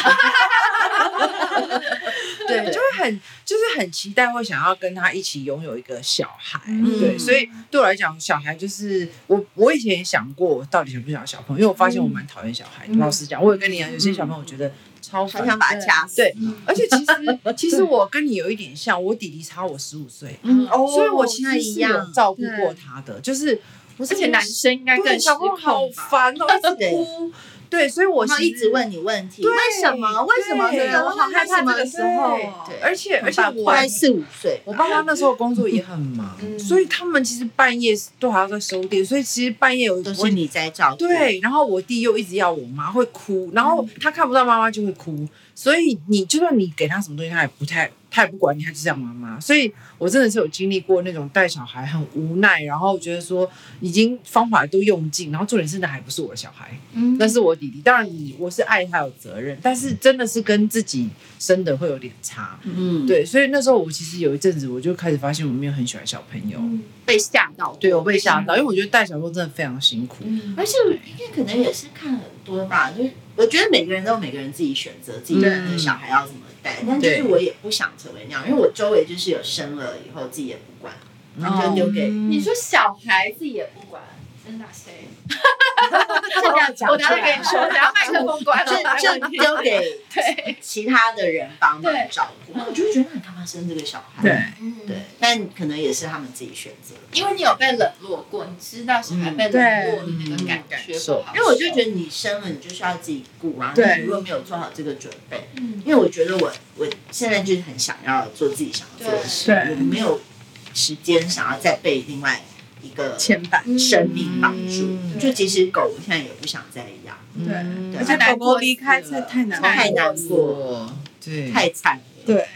D: 对，就会很就是很期待，会想要跟他一起拥有一个小孩。
C: 嗯
D: 对，所以对我来讲，小孩就是我，我以前也想过，我到底想不想要小朋友，因为我发现我蛮讨厌小孩的。
C: 嗯
D: 老实讲，我也跟你一样，有些小朋友我觉得超
C: 好
D: 烦。
C: 想把他掐死。
B: 嗯
D: 对，而 且其实其实我跟你有一点像，我弟弟差我十五岁，
C: 嗯，哦，
D: 所以我其
C: 那
D: 实
C: 一
D: 是有
C: 样，
D: 照顾过他的，就是我是
B: 而且男生应该
D: 对
B: 更失
D: 小朋友好
B: 控吧。
D: 烦哦，一直
C: 对
D: 哭，对，所以我
C: 然后
D: 其实
C: 一直问你问题，
D: 对
C: 为什么？为什么？
D: 对
C: 对我好害怕这个时候。
D: 对
C: 对，
D: 而且而且我
C: 大概四五岁，
D: 我爸妈那时候工作也很忙，
B: 嗯
D: 所以他们其实半夜都还要在收店，所以其实半夜有
C: 都
D: 我
C: 是你在照顾。，
D: 对，嗯然后我弟又一直要我妈会哭，然后他看不到妈妈就会哭，所以你就算你给他什么东西，他也不太，他也不管你，他就这样妈妈。所以我真的是有经历过那种带小孩很无奈，然后觉得说已经方法都用尽，然后重点是那还不是我的小孩，
B: 嗯
D: 那是我弟弟。当然你我是爱他有责任，但是真的是跟自己生的会有点差。
C: 嗯，
D: 对，所以那时候我其实有一阵子，我就开始发现我没有很喜欢小朋友，
B: 嗯被吓到过，
D: 对我被吓到，
C: 嗯
D: 因为我觉得带小朋友真的非常辛苦。
B: 嗯，
C: 而且应该可能也是看很多吧，就是我觉得每个人都有每个人自己选择自己的小孩要怎么带，但就是我也不想成为那样，因为我周围就是有生了以后自己也不管，然后就
B: 哦
C: 丢给
D: 嗯
B: 你说小孩子也不管，真的啊谁？
C: 这样讲
B: 我
C: 出
B: 拿来给
C: 来
B: 你，说，然后麦克风关了，没
C: 这这
B: 问题
C: 丢给
B: 对，
C: 其他的人帮忙
B: 对
C: 照顾，那我就会觉得那你干嘛生这个小孩？
D: 对，
B: 嗯
C: 对，但可能也是他们自己选择的。
B: 因为你有被冷落过，你知道小孩被冷落的那个感觉不好受，
C: 因为我就觉得你生了，你就是要自己顾啊。
D: 对
C: 你如果没有做好这个准备，
B: 嗯
C: 因为我觉得我我现在就是很想要做自己想要做的事，
D: 对
C: 我没有时间想要再被另外一个
D: 牵绊。
C: 生命绑住。
D: 嗯
C: 就即使狗，我现在也不想再养，
D: 嗯
C: 对
A: 而且狗狗离开这太难了，
C: 太难过，
D: 我对，
C: 太惨了。
D: 对，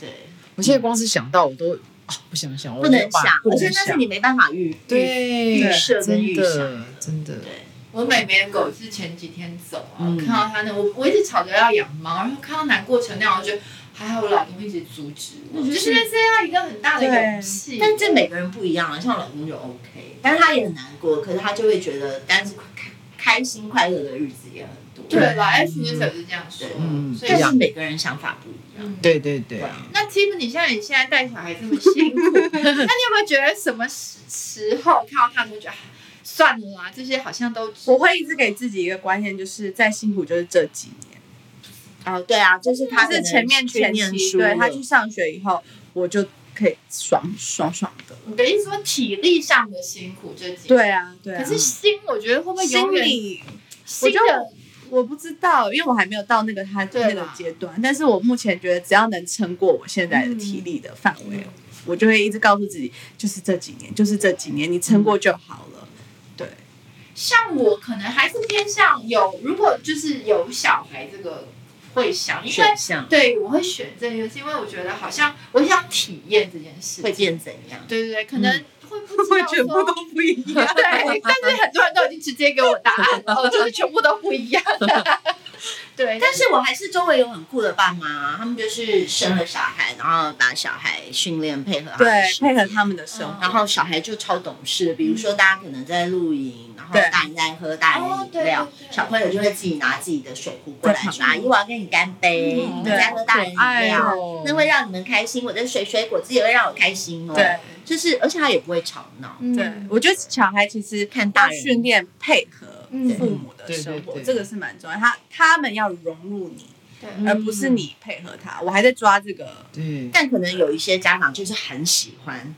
C: 对，
D: 我现在光是想到我都啊，不想想，我
C: 不能
D: 没有办
C: 想
D: 法，不
C: 而
D: 能
C: 且那是你没办法预预
D: 对
C: 预设跟
D: 真
C: 预
D: 的
C: 想
D: 真的
C: 对，
B: 我妹妹的狗是前几天走啊，
D: 嗯
B: 我看到它那，我我一直吵着要养猫，然后看到难过成那样，我觉得还好我老公一直阻止我，
C: 嗯
B: 就是这样一个很大的勇气。
C: 但这每个人不一样啊，像我老公就 OK，但是他也很难过，可是他就会觉得，但是开开心快乐的日子也很多。
B: 对啦，
A: 啊
B: 哎，其实是这样说
C: 对，
D: 嗯
B: 所以
C: 但
D: 一
C: 是
D: 样
C: 每个人想法不一样。
B: 嗯
D: 对对对啊，
B: 那 Tim，你像你现在带小孩这么辛苦，那你有没有觉得什么时时候看到他们就觉得啊算了啦，这些好像都
A: 我会一直给自己一个观念，就是再辛苦就是这几年，
C: 哦，对啊，就是他
A: 就是前面前期，对他去上学以后，我就可以爽爽爽的。
B: 你的意思说体力上的辛苦这几，
A: 对啊，对啊。
B: 可是心我觉得会不会永
A: 心
B: 远
A: 里
B: 心
A: 我觉
B: 的
A: 得我不知道，因为我还没有到那个他
B: 对啦
A: 那个阶段。但是我目前觉得，只要能撑过我现在的体力的范围，我就会一直告诉自己，就是这几年，就是这几年，你撑过就好了。对，
B: 像我可能还是偏向有，如果就是有小孩这个会想，因为
C: 选项
B: 对我会选这个，是因为我觉得好像我想体验这件事
C: 会
B: 情。
C: 变怎样？
B: 对对对，可能会不知
A: 会
B: 道
A: 全部都
B: 说。
A: 不一样。
B: 对，但是很多人都已经直接给我答案了，哦，就是全部都不一样。对，
C: 但是我还是周围有很酷的爸妈，啊他们就是生了小孩，然后把小孩训练配合他们的
A: 对，
C: 时间
A: 配合他们的生活。
C: 然后小孩就超懂事，比如说大家可能在露营，然后
A: 对
C: 大人在喝大人的
B: 哦对
C: 饮料，
B: 对对
C: 小朋友就会自己拿自己的水壶过来
A: 在
C: 说：“
A: 旁
C: 阿姨，我要跟你干杯，
D: 嗯
C: 你
A: 对
C: 在喝大人饮
A: 爱
C: 料，
D: 哦
C: 那会让你们开心。我的水水果汁也会让我开心哦。”
A: 对，
C: 就是而且他也不会吵闹，
A: 对，我觉得小孩其实
C: 看大
A: 大
C: 人
A: 训练配合
B: 嗯
A: 父母的
D: 对对
A: 生活，
D: 对
A: 这个是蛮重要的。他他们要融入你，
B: 对
A: 而不是你配合他。我还在抓这个
D: 对，
C: 但可能有一些家长就是很喜欢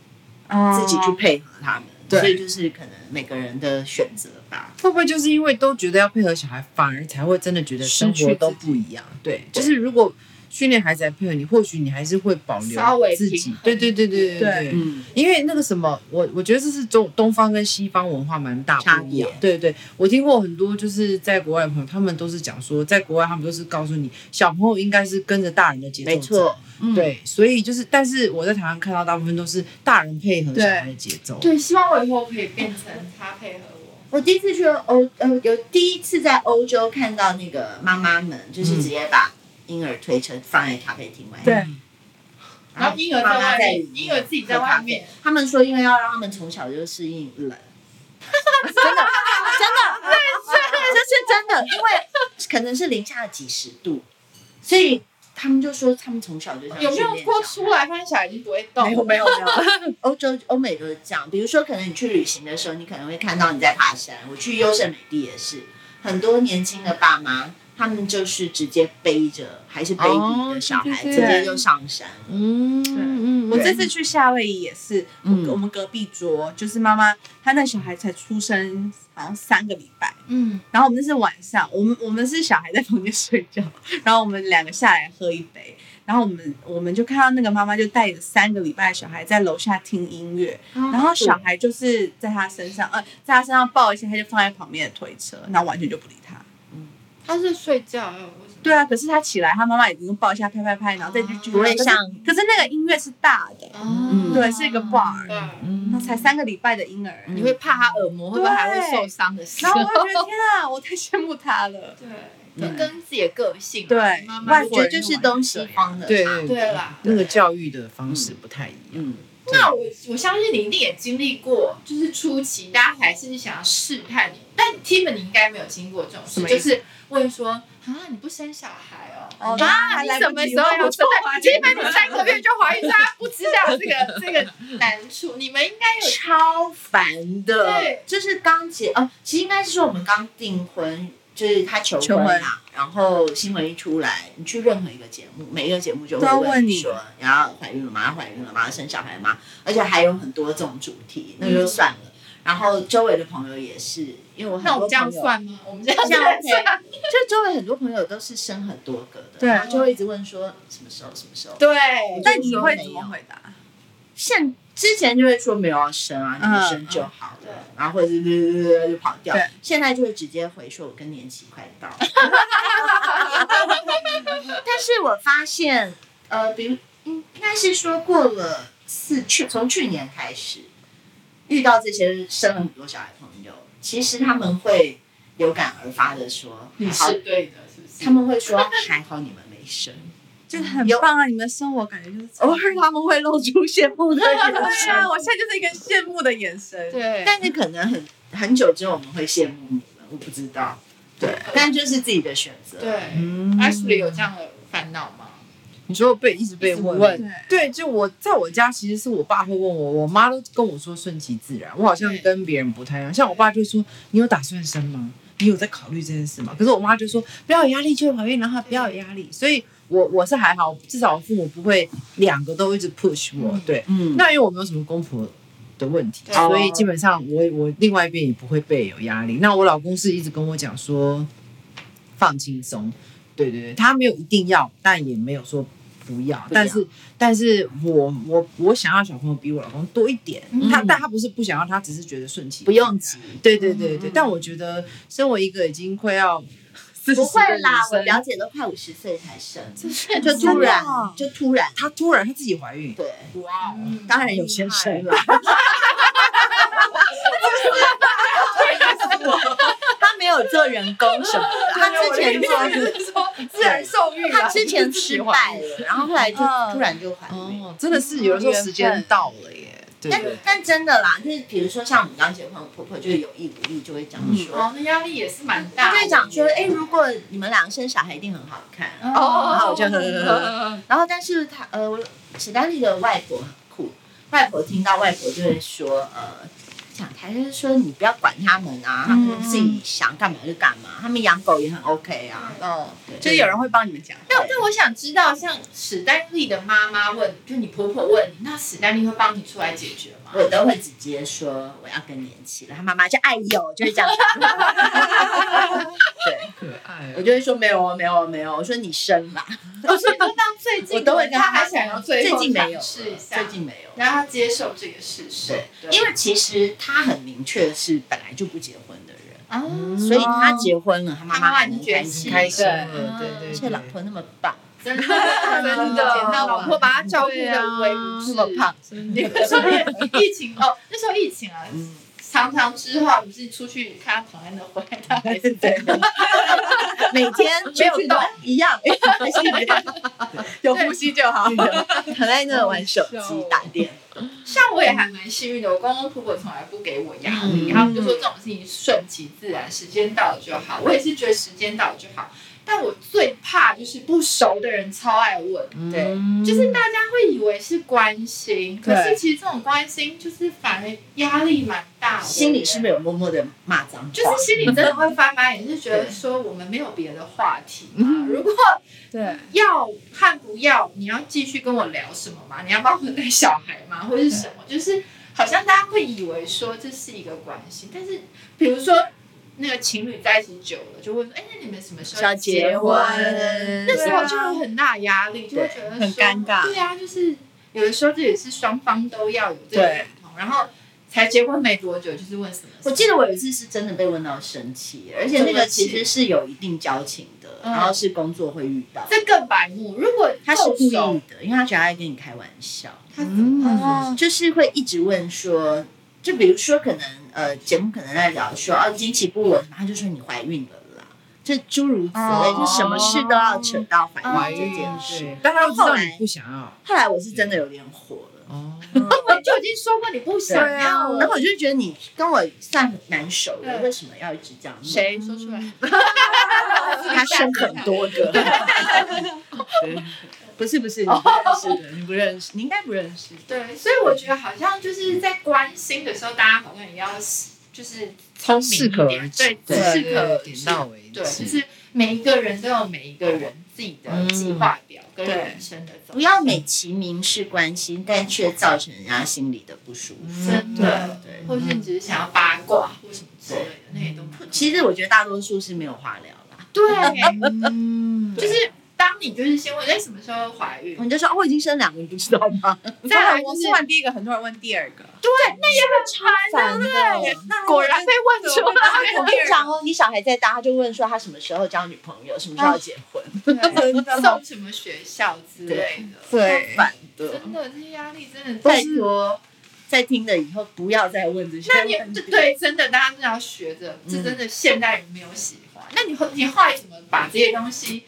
C: 自己去
A: 哦
C: 配合他们，
D: 对
C: 所以就是可能每个人的选择吧。
D: 会不会就是因为都觉得要配合小孩，反而才会真的觉得生
A: 失去自
D: 活
A: 己
D: 都不一样？对，就是如果训练孩子来配合你，或许你还是会保留
B: 稍微
D: 自
B: 平
D: 己
B: 衡。
D: 对对对对
A: 对
D: 对。
C: 嗯，
D: 因为那个什么，我我觉得这是中东方跟西方文化蛮大不一样
C: 差别。
D: 对对，我听过很多就是在国外的朋友，他们都是讲说，在国外他们都是告诉你，小朋友应该是跟着大人的节奏
C: 没
D: 走。
C: 错，嗯，
D: 对，所以就是，但是我在台湾看到大部分都是大人配合小孩的节奏。
B: 对，希望我以后可以变成他配合我。
C: 我第一次去欧，呃，有第一次在欧洲看到那个妈妈们，就是直接把婴儿推车放在咖啡厅
D: 嗯
C: 外面，
A: 对，
B: 然后婴儿在
C: 啊妈妈
B: 外
C: 在
B: 面，婴儿自己在外面，
C: 他们说因为要让他们从小就适应冷，真的，真的，这是真的，因为可能是零下几十度，所以他们就说他们从小就这样
B: 有没有
C: 训练
B: 过
C: 小孩
B: 出来发现小孩已经不会动？
C: 没有没有没有，欧洲欧美都是这样。比如说，可能你去旅行的时候，你可能会看到你在爬山。我去优胜美地也是，很多年轻的爸妈，他们就是直接背着还是 baby
D: 哦
C: 的小孩，
D: 对对对
C: 直接就上山。
D: 嗯嗯
A: 我这次去夏威夷也是，
C: 嗯
A: 我我们隔壁桌就是妈妈，她那小孩才出生，好像三个礼拜。
B: 嗯，
A: 然后我们那是晚上，我们我们是小孩在房间睡觉，然后我们两个下来喝一杯，然后我们我们就看到那个妈妈就带着三个礼拜的小孩在楼下听音乐，
B: 然
A: 然后小孩就是在他身上，呃，在他身上抱一下，他就放在旁边的推车，然后完全就不理他。
B: 他是睡觉，哎我
A: 对啊，可是他起来，他妈妈已经抱一下，拍拍拍，然后再就
B: 哦
A: 就
C: 不会像
A: 可是那个音乐是大的，
B: 嗯
A: 对，是一个 bar，
B: 对，
D: 嗯
A: 那才三个礼拜的婴儿，
B: 你会怕他耳膜会不会还会受伤的事
A: 然。后我就觉得天啊，我太羡慕他了。
B: 对，就
C: 嗯
B: 跟自己的个性啊，
A: 对
B: 慢慢
A: 外
C: 我觉得就是东西方的差
D: 对对
B: 对啦，
D: 那个教育的方式不太一样。
C: 嗯，
B: 那我我相信你一定也经历过，就是初期大家还是想要试探你，但 Tim 你应该没有经历过这种
A: 什
B: 事，
A: 么意
B: 就
A: 思
B: 是问说啊你不生小孩哦。
A: 哦
B: 啊！你什么时候要生？基本你三个月就怀孕，大家不知道这个这个难处，你们应该有
C: 超烦的
B: 对，
C: 就是刚结哦，其实应该是说我们刚订婚，就是他求
A: 求
C: 婚
A: 婚
C: 啊，然后新闻一出来，你去任何一个节目，每一个节目就
A: 都要
C: 会
A: 问
C: 你
A: 你
C: 说，你要怀孕了吗？要怀孕了吗？要生小孩吗？而且还有很多这种主题，那就算了。然后周围的朋友也是，因为我很
B: 那我
C: 多
B: 们这样
C: 朋友，
B: 算吗？我们这样
C: 这样
B: 算
C: OK，就周围很多朋友都是生很多个的，
A: 对
C: 然后就会一直问说什么时候什么时候。
B: 对，
A: 那你会怎么回答？
C: 现之前就会说没有要生啊，
A: 嗯
C: 你生就好
B: 对
C: 了，然后或者是对对对就跑掉
A: 对。
C: 现在就会直接回说，我更年期快到。了。但是我发现，呃，比如应该是说过了四去，从去年开始遇到这些生了很多小孩朋友，其实他们会有感而发的说，
B: 你
C: 好
B: 是，对的，是不是？
C: 他们会说还好你们没生。
A: 就很棒啊！你们的生活感觉就是
C: 偶尔他们会露出羡慕的眼
A: 对
C: 神
A: 啊，，我现在就是一个羡慕的眼神。
B: 对，
C: 但是可能很很久之后我们会羡慕你们，我不知道。对，但就是自己的选择。
B: 对
D: 嗯
B: Ashley 有这样的烦恼吗？
D: 你说被一直被
B: 一直
D: 问，
B: 问
A: 对，
D: 对，就我在我家，其实是我爸会问我，我妈都跟我说顺其自然。我好像
B: 对
D: 跟别人不太一样，像我爸就说：“你有打算生吗？你有在考虑这件事吗？”可是我妈就说：“不要有压力就会怀孕，然后不要有压力。”所以我我是还好，至少我父母不会两个都一直 push 我。
B: 嗯
D: 对，
C: 嗯，
D: 那因为我没有什么公婆的问题，
B: 对
D: 所以基本上我我另外一边也不会被有压力。那我老公是一直跟我讲说放轻松，对对对，他没有一定要，但也没有说不要，
C: 不要
D: 但是但是我我我想要小朋友比我老公多一点，
C: 嗯
D: 他但他不是不想要，他只是觉得顺其
C: 不用急，
D: 对对对对，
B: 嗯
D: 但我觉得身为一个已经快要40
C: 不会啦，我
D: 的女生，
C: 了解都快五十岁才生，
B: 就是
C: 就
A: 真
C: 突然
A: 的哦
C: 就突然，
D: 她突然她自己怀孕，
C: 对，
D: 哇哦，
B: 嗯
C: 当然
D: 有先 生
C: 了。他没有做人工什么的，他之前做
B: 就是说自然受孕
C: 他
B: 啊，
C: 之前失败了，然后后来就
A: 嗯
C: 突然就怀孕。
D: 哦，真的是有的时候时间到了耶，对
C: 但
D: 对。
C: 但真的啦，就是比如说像我们刚结婚，我婆婆就有意无意就会讲说，
B: 哦，那压力也是蛮大
C: 他
B: 的。
C: 就会讲说，哎、如果你们两个生小孩，一定很好看。
B: 哦，
C: 好我就呵呵呵然后，但是他呃，我史丹利的外婆很酷，外婆听到外婆就会说，呃，讲台就是说你不要管他们
B: 嗯
C: 啊，他们自己想干嘛就干嘛，他们养狗也很 OK 啊。
B: 嗯
A: 哦，
C: 对
A: 就是有人会帮你们讲。
B: 但但我想知道，像史丹利的妈妈问，就你婆婆问你，那史丹利会帮你出来解决吗？
C: 我都会直接说我要更年期了，他妈妈就哎呦，就是这样。 对，
D: 可爱
C: 我就会说没有啊，没有啊，没有啊。我说你生吧，
B: 我是说当最近，
C: 我都会跟
B: 他
C: 他
B: 还想要最
C: 最
B: 后
C: 近没有，
B: 尝试一下，
C: 最近没有。
B: 让他接受这个事实
C: 对，
B: 对
C: 因为其实他很明确是本来就不结婚的人，
B: 啊，
C: 所以他结婚了，他嗯妈
B: 他妈妈
C: 还
B: 已
C: 能
B: 经觉
C: 开
B: 醒
C: 心，嗯
D: 开心
B: 对
D: 了，对对
C: 而
D: 对，
C: 且老婆那么棒，
B: 真 的真的，那老婆把他照顾的无微不至，
C: 那么 胖，
B: 你们说疫情哦，那时候疫情啊，
C: 嗯，
B: 常常之后不是出去看他躺在那回来，他还 是这样。
C: 每天出
B: 没
C: 去
B: 有
C: 都
B: 动
C: 一样，还是一样，
A: 有呼吸就好。
C: 躺在那玩手机打电，
B: 像我也还蛮幸运的，我公公婆婆从来不给我压力，
C: 嗯
B: 他们就说这种事情顺其自然，时间到了就好。我也是觉得时间到了就好，但我最怕就是不熟的人超爱问，
C: 对，
B: 就是大家会以为是关心，可是
A: 对
B: 其实这种关心就是反而压力蛮大的，
C: 心里是不是有默默的骂脏话？
B: 就是心里真的会翻白眼，是觉得说我们没有别的话题
C: 嗯
B: 嘛。如果
A: 对，
B: 要和不要，你要继续跟我聊什么吗？你要帮我带小孩吗？ 或是什么？就是好像大家会以为说这是一个关系，但是比如说那个情侣在一起久了，就会说，哎，那你们什么时候
C: 要结婚啊
B: 那时候就有很大压力，就会觉得说
A: 很尴尬
B: 对啊，就是有的时候这也是双方都要有这个
A: 对
B: 认同，然后才结婚没多久，就是问什么时
C: 我
B: 候？
C: 记得我有一次是真的被问到生气，而且那个其实是有一定交情的，
B: 嗯
C: 然后是工作会遇到，
B: 这更白目。如果
C: 他是
B: 够
C: 故意
B: 熟
C: 的，因为他觉得他在跟你开玩笑。
B: 他怎么
D: 嗯
A: 哦，
C: 就是会一直问说，就比如说可能呃节目可能在聊说哦经期不稳，他就说你怀孕了啦，就诸如此类，
B: 哦嗯
C: 就什么事都要扯到怀
D: 怀
C: 孕这
D: 孕
C: 件事。
D: 对，但他又知道你不想要
C: 后来我是真的有点火了，
D: 哦，
C: 因为
B: 你就已经说过你不想
D: 对
B: 要
D: 啊
B: 了。
C: 然后我就觉得你跟我算蛮熟的，
B: 嗯
C: 为什么要一直这样？？
B: 谁说出来？
C: 他生很多个，
A: 不是不是，你不认识的，你不认识，你应该不认识。
B: 对，所以我觉得好像就是在关心的时候，大家好像也要就是聪明一
D: 适可而
B: 点，对，
D: 对
B: 适可而
D: 点
B: 止。
D: 到为
B: 对，就
D: 止。
B: 是每一个人都有每一个人自己的计划表跟
A: 对
B: 人生的走
C: 不。要美其名是关心，但却造成人家心里的不舒服。
B: 真的
C: 对，
B: 或是你只是想要八卦或什么之类的，那也都不
C: 其实我觉得大多数是没有话聊啦，
B: 对，
D: 嗯，
B: 就是当你就是先问，哎，什么时候怀孕？
C: 我就说哦，我已经生两个，你不知道吗？
A: 再来，
B: 就
A: 我
B: 是
A: 是问第一个，很多人问第二个，
B: 对，那也很烦的。
C: 对
A: 那
B: 果然被问出
C: 我跟你讲哦，你小孩在大，他就问说他什么时候交女朋友，什么时候结 婚，
B: 来，
A: 真的
B: 送什么学校之类的。
A: 对，
C: 反的。
B: 真的，这些压力真的
C: 拜
B: 太
C: 托，在听的以后不要再问这些
B: 那你
C: 问题。
B: 对真的，大家真的要学着，这真的现代人没有喜欢。那你后你后来怎么把这些东西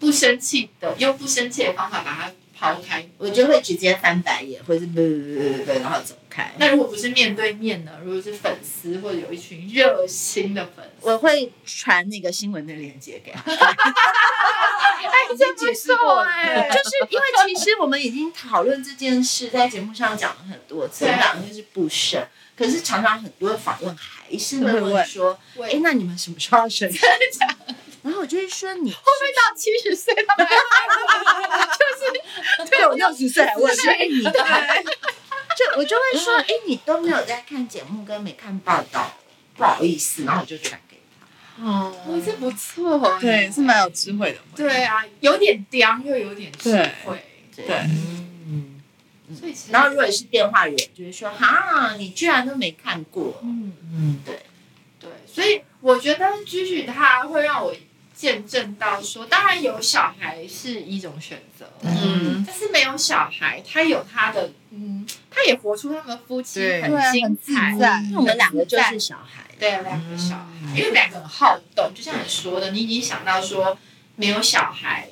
B: 不生气的，用不生气的方法把它抛开？
C: 我就会直接翻白眼，或是不不不不，然后走开。
B: 那如果不是面对面呢？如果是粉丝或者有一群热心的粉丝，
C: 我会传那个新闻的链接给他。
B: 哎，这不错哎，
C: 就是因为其实我们已经讨论这件事，在节目上讲了很多次，
B: 对
C: 两个就是不生，可是常常很多访问还是会
A: 会
C: 问
A: 问
C: 说，
B: 我
C: 哎、那你们什么时候要生？ 然后我就会说你，
B: 会到七十岁，他们
D: 对我六十岁还问，
C: 是哎你，就我就会说，哎、你都没有在看节目跟没看报道，不好意思，然后我就传给他。
B: 哇，这不错哎，
A: 对，是蛮有智慧的。
B: 对啊，有点刁又有点智慧，
A: 对，
C: 嗯，
B: 所以其实
C: 然后如果是电话员，就会说，哈，你居然都没看过，
B: 嗯。
C: 嗯，对。
B: 对，所以我觉得居居他会让我见证到说，当然有小孩是一种选择，
A: 嗯，
B: 但是没有小孩，他有他的，嗯，他也活出他们夫妻
D: 对
A: 对啊
B: 很精
A: 很自
B: 彩，
A: 在
C: 因为我们两个就是小孩，
B: 对，两个小孩，因为两个很好动，就像你说的，你已经想到说没有小孩，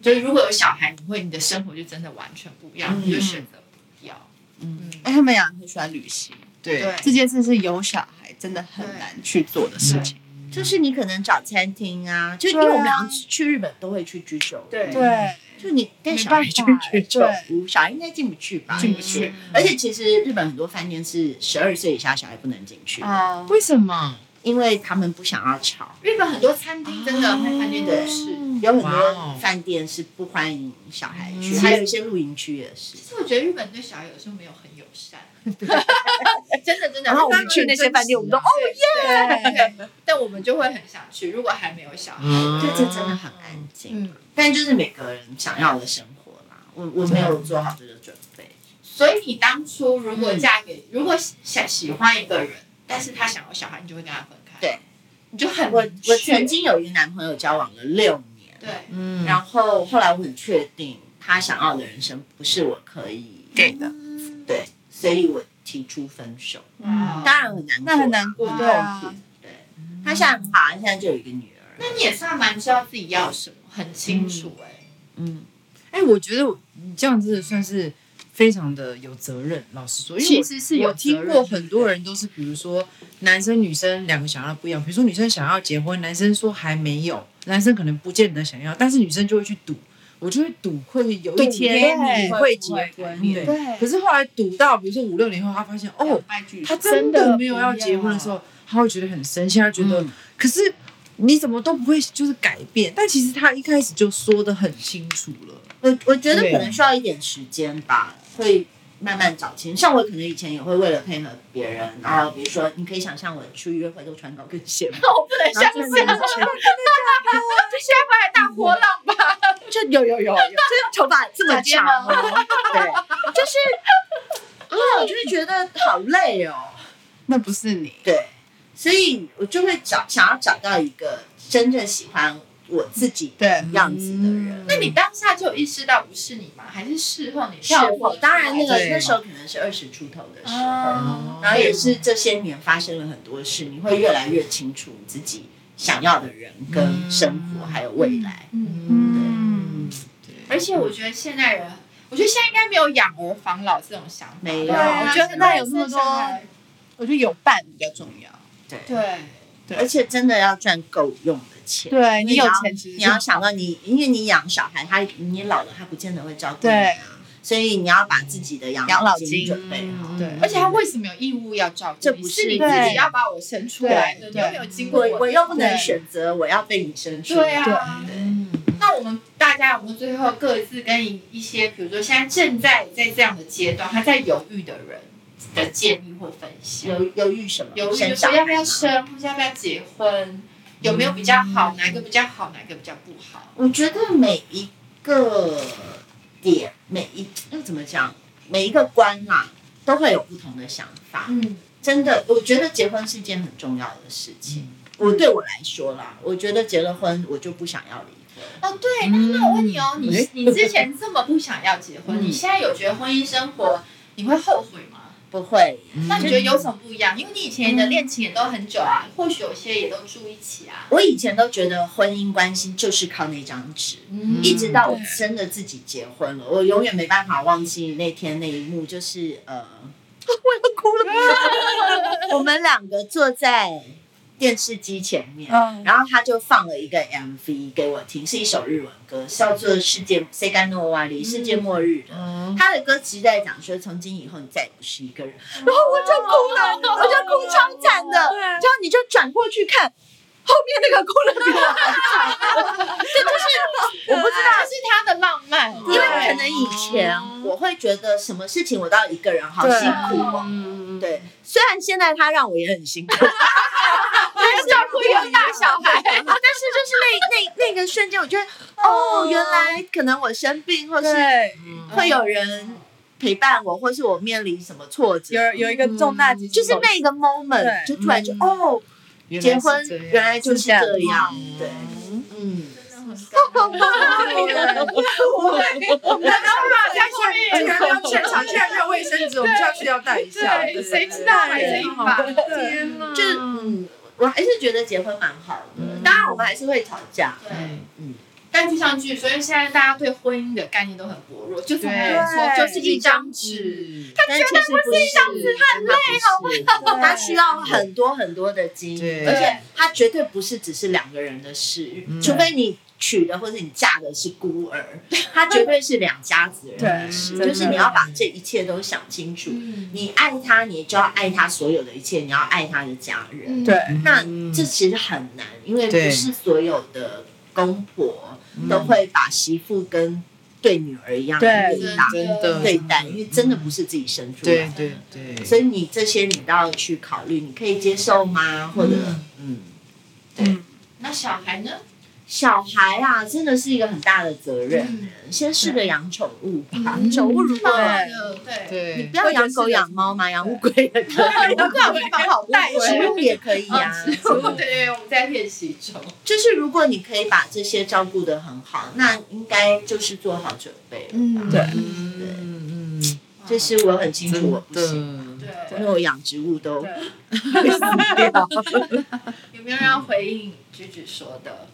B: 就是如果有小孩，你会你的生活就真的完全不一样，
C: 嗯
B: 你就选择不要，
C: 嗯，
A: 哎，他们俩很喜欢旅行，
D: 对，
A: 这件事是有小孩真的很难去做的事情。
C: 就是你可能找餐厅啊，就因为我们俩去日本都会去居酒屋，
B: 对对
A: 对，
C: 就你跟小孩去居酒屋，小孩应该进不去吧？嗯
A: 进
B: 不去
C: 而且其实日本很多饭店是十二岁以下小孩不能进去，
A: 哦，
D: 为什么？
C: 因为他们不想要吵。
B: 日本很多餐厅真的饭店都是。
C: 有很
D: 哇
C: 多
D: 哦
C: 饭店是不欢迎小孩去，
D: 嗯
C: 还有一些露营区也是。
B: 其实我觉得日本对小孩有时候没有很友 善， 真的真的。
D: 然后我
B: 当
D: 们去那些饭店，我们都哦，
B: 对对对但我们就会很想去。如果还没有小孩，
D: 嗯
C: 对，这真的很安静，
B: 嗯，
C: 但就是每个人想要的生活啦。我我没有做好这个准备，
B: 所以你当初如果嫁给，如果想喜欢一个人，但是他想要小孩，你就会跟他分开。
C: 对，
B: 你就很
C: 我
B: 明
C: 我
B: 确
C: 曾经有一个男朋友交往了六年，
B: 对
D: 嗯
C: 然后后来我很确定他想要的人生不是我可以
A: 给的，
B: 嗯
C: 对，所以我提出分手。
B: 哇
C: 当然很难过，
A: 那很难过，
B: 嗯
A: 对
C: 痛
A: 啊
C: 苦，。对，他现在很好，他现在就有一个女儿。
B: 那你也算蛮知道自己要什么，很清楚哎。
C: 嗯，
D: 哎，我觉得你这样真的算是非常的有责任。老实说，因为
A: 其
D: 我
A: 实是
D: 我
A: 有
D: 听过很多人都是，比如说男生女生两个想要的不一样，比如说女生想要结婚，男生说还没有，男生可能不见得想要，但是女生就会去赌，我就会赌会有一天
A: 对
D: 你会结婚，对。可是后来赌到比如说五六年后，他发现
C: 嗯
D: 哦，
A: 爱剧
D: 他真
B: 真的
D: 的没有要结婚的时候，他会觉得很生气，他觉得、可是你怎么都不会就是改变，但其实他一开始就说的很清楚了，
C: 我我觉得
D: 对
C: 可能需要一点时间吧，会慢慢找钱。像我可能以前也会为了配合别人，然后比如说，你可以想象我出去约会都穿高跟鞋吗？
B: 我不能相信，这下巴还大波浪吧？
C: 就有有有有，就是头发这么长哦，对，就是，因为我就会觉得好累哦，
A: 那不是你，
C: 对，所以我就会找想要找到一个真正喜欢我自己
A: 对
C: 样子的人。
B: 那你当下就意识到不是你吗？还是事后你
C: 是
B: 跳
C: 我
B: 过？
C: 当然那个
D: 对
C: 那时候可能是二十出头的时候，
B: 哦
C: 然后也是这些年发生了很多事，你会越来越清楚自己想要的人跟生活还有未来。
B: 嗯，
A: 嗯，
B: 而且我觉得现代人，我我觉得现在应该没有养儿防老这种想法，
C: 没有
B: 对啊
A: 我觉得
B: 现在
A: 有那么多
B: 生小孩
A: 我觉得有伴比较重要。
B: 对，
C: 而且真的要赚够用的钱。
A: 对你
C: 因
A: 有
C: 为要
A: 钱其实
C: 你要想到你，因为你养小孩，他你老了，他不见得会照顾你
A: 对
C: 啊，所以你要把自己的养
A: 养老
C: 金
A: 金
C: 准备好。
A: 对
B: 而且他为什么有义务要照顾你？
C: 嗯这不是
B: 是你自
A: 对
B: 己要把我生出来的，你
A: 对
B: 有没有经过
C: 我我又不能
B: 对
C: 选择我要被你生出来，
B: 对啊，那我们大家有没有最后各自跟一一些，比如说现在正在在这样的阶段，他在犹豫的人的建议或分析？
C: 犹犹豫什么？
B: 犹豫
C: 生
B: 就
C: 小
B: 说
C: 孩
B: 要不要生，或是要不要结婚，有没有比较好，哪一个比较好，哪一个比较不好？
C: 我觉得每一个点，每一要怎么讲，每一个关啦、都会有不同的想法。
B: 嗯，
C: 真的，我觉得结婚是件很重要的事情。我对我来说啦，我觉得结了婚，我就不想要离婚。
B: 哦对，那那我问你哦，你你之前这么不想要结婚，
C: 嗯
B: 你现在有觉得婚姻生活你会后悔吗？
C: 不会，
B: 那你觉得有什么不一样？因为你以前的恋情也都很久啊，或许有些也都住一起啊。
C: 我以前都觉得婚姻关系就是靠那张纸。
B: 嗯
C: 一直到我
A: 对
C: 真的自己结婚了，我永远没办法忘记那天那一幕，就是呃， 我要哭了。我们两个坐在电视机前面，
A: 嗯
C: 然后他就放了一个 MV 给我听，是一首日文歌，叫做《世界 s e g a n o w a 世界末日》的。他的歌词在讲说，从今以后你再也不是一个人，然后我就哭了，我就哭超惨的。然后你就转过去看，后面那个哭的比我还惨，这就是我不知道。
B: 这是他的浪漫，嗯
C: 因为可能以前
B: 哦
C: 我会觉得什么事情我都要一个人，好辛苦哦。
D: 嗯，
C: 对， 虽然现在他让我也很辛苦，但
B: 要照顾一个大小孩。
C: 是就是那那那个瞬间，我觉得哦，原来可能我生病，或是
A: 对，
D: 嗯
C: 会有人陪伴我，或是我面临什么挫折，
A: 有有一个重大疾，
C: 就是那个 moment，
A: 对
C: 就突然就哦，
D: 嗯
C: 结婚原来就是
A: 这样
C: 这样， 对，嗯。
A: 啊
D: 我们刚 刚在
B: 我
D: 现居然没有现场，居然没有卫生纸，我们下去要带一下。
B: 对，谁知道买这一把？
D: 天哪！
C: 就是嗯，我还是觉得结婚蛮好的，当然我们还是会吵架，
B: 对，
C: 嗯
B: 但就像据说，因为现在大家对婚姻的概念都很薄弱，就从来
A: 对
B: 说就是一张纸，
C: 他绝对不是这样子，他很累，好不好？他需要很多很多的精力，
D: 对
C: 而且他绝对不是只是两个人的事，除非你娶的或者你嫁的是孤 儿，他绝对是两家子人的事，
A: 对
C: 就是你要把这一切都想清楚。
B: 嗯
C: 你爱他，你就要爱他所有的一切，你要爱他的家
B: 嗯
C: 人。
A: 对，
C: 那这其实很难，因为
D: 对
C: 不是所有的公婆都会把媳妇跟对女儿一样
A: 对
C: 对待
D: 真的
C: 对待，因为真的不是自己生出
D: 对
C: 来，
D: 对对，
C: 所以你这些你都要去考虑，你可以接受吗？或者嗯，
B: 那小孩呢？
C: 小孩啊，真的是一个很大的责
D: 嗯
C: 任，
B: 嗯
C: 先试着养宠物吧。
A: 宠物如
B: 妈
A: 果
B: 妈的对，
D: 对，
C: 你不要养狗养猫嘛，养乌龟 也可 以，
B: 我感觉蛮好带
C: 植
B: 的。
C: 物也可以啊。
B: 对对对，我们在练习中。
C: 就是如果你可以把这些照顾得很好，那应该就是做好准备了吧。
B: 嗯
A: 对
D: 嗯嗯，
C: 这是我很清楚
D: 真
C: 我不行，
D: 的，
C: 因
B: 对，
C: 为我养植物都
A: 对
C: 会死掉。
B: 有没有人要回应菊菊说的？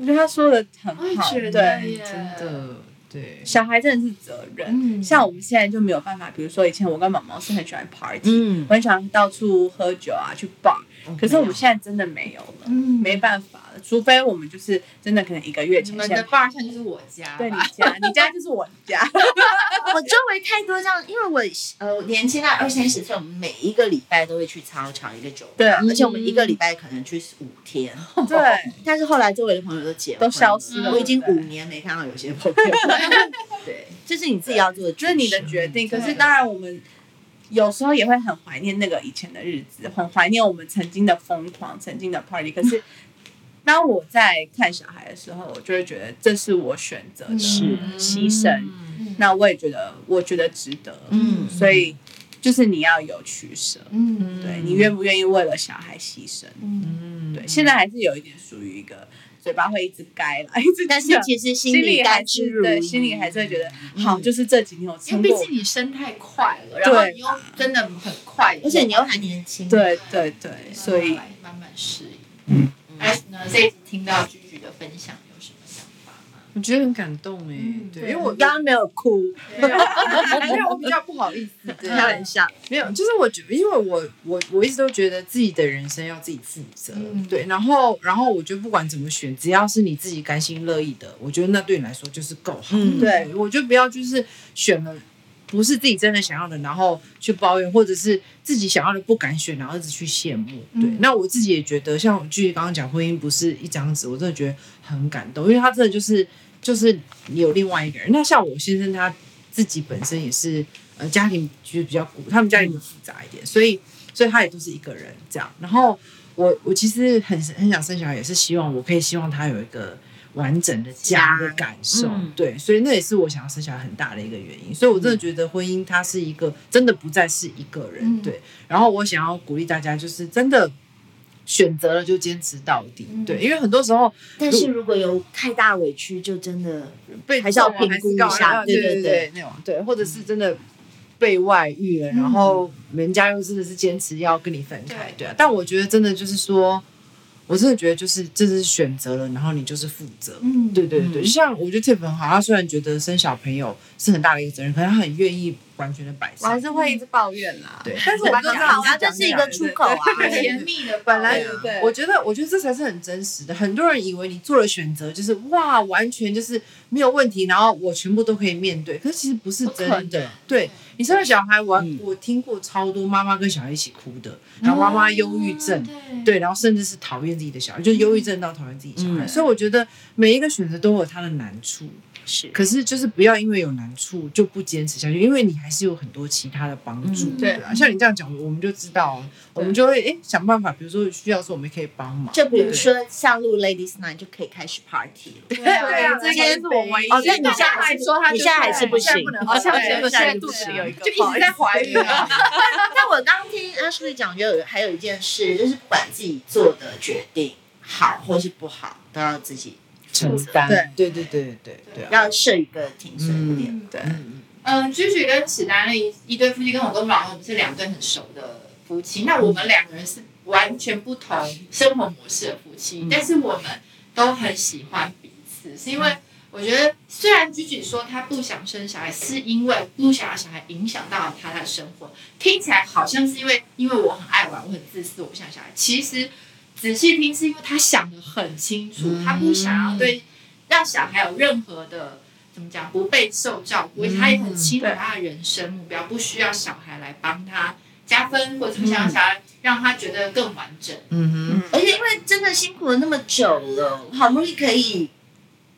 A: 我觉得他说的很
B: 我也
A: 好，
B: 觉得
A: 对，
B: 耶
D: 真的对，
A: 小孩真的是责任。
B: 嗯
A: 像我们现在就没有办法，比如说以前我跟毛毛是很喜欢 party，、
C: 嗯
A: 我，很喜欢到处喝酒啊，去 bar，可
B: 哦
A: 是我
B: 啊
A: 们现在真的没有了，
B: 嗯
A: 没办法了，除非我们就是真的可能一个月
B: 你
A: 前
B: 们的
A: 先。
B: bar 像就是我家
A: 对你
B: 吧？
A: 家，你家就是我家，
C: 我周围太多这样，因为我呃年轻到二三十岁，我们每一个礼拜都会去操场一个酒吧，
A: 对嗯
C: 而且我们一个礼拜可能去五天。
A: 对，
C: 但是后来周围的朋友都结婚了
A: 都消失
B: 了
C: 我已经
A: 对
C: 五
A: 不对
C: 年没看到有些 朋友。对，这是你自己要做的，
A: 就是你的决定。
B: 对
A: 可是当然，我们有时候也会很怀念那个以前的日子，很怀念我们曾经的疯狂，曾经的 party。可是当我在看小孩的时候，我就会觉得这是我选择的
C: 是
A: 牺牲。
B: 嗯
A: 那我也觉得，我觉得值得。
C: 嗯
A: 所以就是你要有取舍，
B: 嗯
A: 对你愿不愿意为了小孩牺牲？
B: 嗯，
D: 嗯，
A: 对，现在还是有一点属于一个嘴巴会一直该啦，一直
C: 但是
A: 讲
C: 其实心
A: 啊心里
C: 甘
A: 还
C: 之
A: 是
C: 如饴
A: 对，心里还是会觉得好，就是这几年我
B: 因为
A: 撑
B: 毕
A: 过
B: 竟。你生太快了，然后
A: 对
B: 你又真的很快，
C: 而且你又还年轻，，
A: 对对对，所
B: 慢慢哎
A: 以
B: 来慢慢适应。S 呢，这一集听到菊菊的分享有什么想法吗？
D: 我觉得很感动哎、
B: 嗯
D: 对，
B: 对
D: 因为我
C: 刚刚没有哭，
D: 因为我比较不好意思，对
C: 开玩笑。
D: 没有，就是我觉得，因为我我我一直都觉得自己的人生要自己负责，
B: 嗯
D: 对，然后然后我觉得不管怎么选，只要是你自己甘心乐意的，我觉得那对你来说就是够好。
C: 嗯
A: 对
D: 我就不要就是选了不是自己真的想要的，然后去抱怨，或者是自己想要的不敢选，然后一直去羡慕。对，
B: 嗯
D: 那我自己也觉得，像我继续刚刚讲婚姻不是一张纸，我真的觉得很感动，因为他真的就是就是你有另外一个人。那像我先生他自己本身也是呃家庭就是比较古，他们家
C: 嗯
D: 庭复杂一点，所以所以他也都是一个人这样。然后我我其实很很想生小孩，也是希望我可以希望他有一个完整的家
C: 家
D: 的感受，
C: 嗯
D: 对，所以那也是我想要生小孩很大的一个原因。所以我真的觉得婚姻它是一个真的不再是一个人，
B: 嗯
D: 对。然后我想要鼓励大家，就是真的。选择了就坚持到底，
C: 嗯
D: 对，因为很多时候
C: 但是如果有太大委屈，就真的
D: 被
C: 还是要
D: 纵容
C: 评估一
D: 还是干嘛
C: 下对对
D: 对
C: 嗯
D: 对，那种对，或者是真的被外遇了，然后人家又真的是坚持要跟你分开，对啊。但我觉得真的就是说，我真的觉得就是这是选择了，然后你就是负责，
C: 嗯
D: 对对对，就像我觉得 Tiff 很好，他虽然觉得生小朋友是很大的一个责任，可是他很愿意完全的摆
A: 我还
D: 上，
A: 是会一直抱怨啦。
D: 对。但是我
A: 我
D: 觉
A: 刚刚
D: 得
A: 好
D: 这样
A: 像
C: 啊，这是一个出口啊，
B: 很甜蜜的
D: 本来
B: 抱怨
A: 对对
D: 我觉得，我觉得这才是很真实的。很多人以为你做了选择，就是哇，完全就是没有问题，然后我全部都可以面对。可是其实不是真
B: 不可
D: 的
B: 能。
D: 对你生了小孩，我、
C: 嗯
D: 我听过超多妈妈跟小孩一起哭的，然后妈妈忧郁症，
B: 嗯
D: 对，然后甚至是讨厌自己的小孩，就是忧郁症到讨厌自己小孩。
C: 嗯
D: 所以我觉得每一个选择都有它的难处，
C: 是
D: 可是就是不要因为有难处就不坚持下去，因为你还是有很多其他的帮助。
C: 嗯
B: 对
D: 啊，像你这样讲，我们就知道啊，我们就会诶想办法，比如说需要的时候我们也可以帮忙。
C: 就比如说像录 Ladies Night 就可以开始 party 了，
B: 对啊
D: 对啊
A: 这件是我唯一。
C: 哦那你现在
B: 还说他
C: 你现在还是不行
A: 好
B: 好
A: 像
B: 像
A: 我
B: 我
A: 哦现在
B: 肚
A: 肚
B: 子
A: 子有
B: 有一
A: 一
B: 个，
A: 个，
B: 就一直在怀孕啊。
C: 那我刚听 Ashley 讲，就有还有一件事，就是不管自己做的决定好或是不好，都要自己
D: 承担
A: 对，
D: 对对对对对啊，
C: 要设一个停损点。
B: 嗯
A: 对，
D: 嗯
B: 嗯，居居跟史丹利一对夫妻，跟我跟我老公我们是两对很熟的夫妻。那我们两个人是完全不同生活模式的夫妻，
D: 嗯
B: 但是我们都很喜欢彼此，是因为我觉得虽然居居说她不想生小孩，是因为不想让小孩影响到她的生活，听起来好像是因为因为我很爱玩，我很自私，我不想小孩。其实仔细听，是因为她想的很清楚，
D: 嗯
B: 她不想要对让小孩有任何的怎么讲不被受照顾，而且她也很清楚
A: 对
B: 她的人生目标，不需要小孩来帮她加分，或者不想要小孩让她觉得更完整。
D: 嗯
C: 而且因为真的辛苦了那么久了，好不容易可以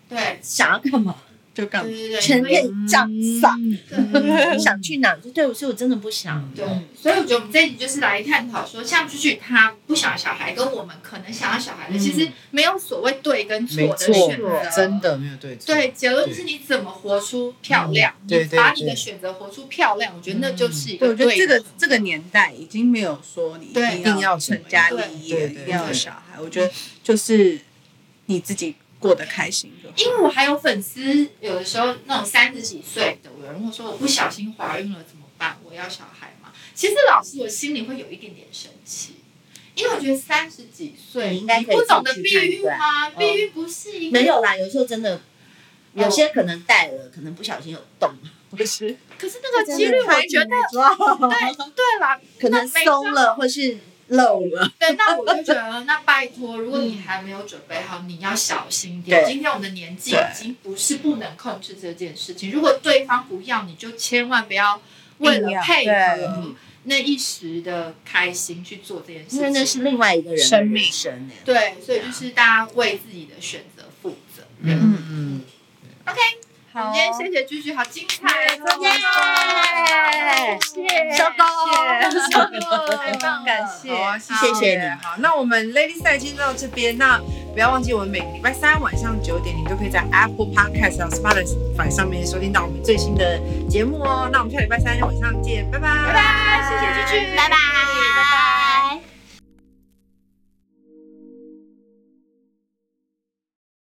B: 对
C: 想要干嘛，
A: 就
B: 对
A: 干嘛？
B: 对对，
C: 全
B: 因为
C: 可以这样啊撒，
B: 对。嗯
C: 想去哪就对我，所以我真的不想。
B: 对，所以我觉得我们这一集就是来探讨说，像出去他不想要小孩，跟我们可能想要小孩的，
D: 嗯
B: 其实没有所谓对跟错
D: 没
B: 的
D: 错
B: 选择，
D: 真。的没有对错，
B: 对，结论就是你怎么活出漂亮，
D: 嗯对
B: 你把你
D: 对对
B: 的选择活出漂亮，我觉得那就是一
A: 对，
B: 个
A: 我觉得这个
B: 的
A: 这个年代已经没有说你
B: 对
A: 一
D: 一定要
A: 成家
B: 怎么样
A: 立业，
D: 对
A: 一
D: 对
A: 定要有
D: 对
A: 小孩。我觉得就是你自己过得开心就好。
B: 因为我还有粉丝，有的时候那种三十几岁的，有人会说我不小心怀孕了怎么办？我要小孩嘛？其实老师我心里会有一点点生气，因为我觉得三十几岁，
C: 你应该
B: 你
C: 可以
B: 不懂得
C: 自己
B: 避
C: 判
B: 孕
C: 断
B: 吗？
C: 嗯
B: 避孕不是一个
C: 没有啦，有时候真的，有些可能带了，可能不小心有动，
A: 不是，
B: 可是那个几率，我觉得
C: 得
B: 对对啦，
C: 可能松了或是漏了。
B: 对，那我就觉得，那拜托，如果你还没有准备好，你要小心点。
C: 对
B: 今天我们的年纪
A: 对
B: 已经不是不能控制这件事情，如果对方不要，你就千万不要为
A: 硬
B: 了
A: 要
B: 配
A: 对
B: 合你那一时的开心去做这件
C: 因为那
B: 事情。
C: 是另外一个人的
A: 生命
C: 人生欸
B: 对，所以就是大家为自己的选择负责。对
D: 嗯嗯，
B: 我们今天谢谢居居，好精彩哦！
C: 耶
B: 谢谢，
C: 收
B: 谢
C: 工
B: 谢太棒了，
A: 感谢
D: 好啊，
C: 谢谢你
D: 好，那我们 Lady 赛今天到这边，那不要忘记我们每个礼拜三晚上九点，你都可以在 Apple Podcast 和 Spotify 上面收听到我们最新的节目哦。那我们下礼拜三晚上见，拜拜，拜拜，
B: 谢谢居居，
C: 拜拜，拜拜。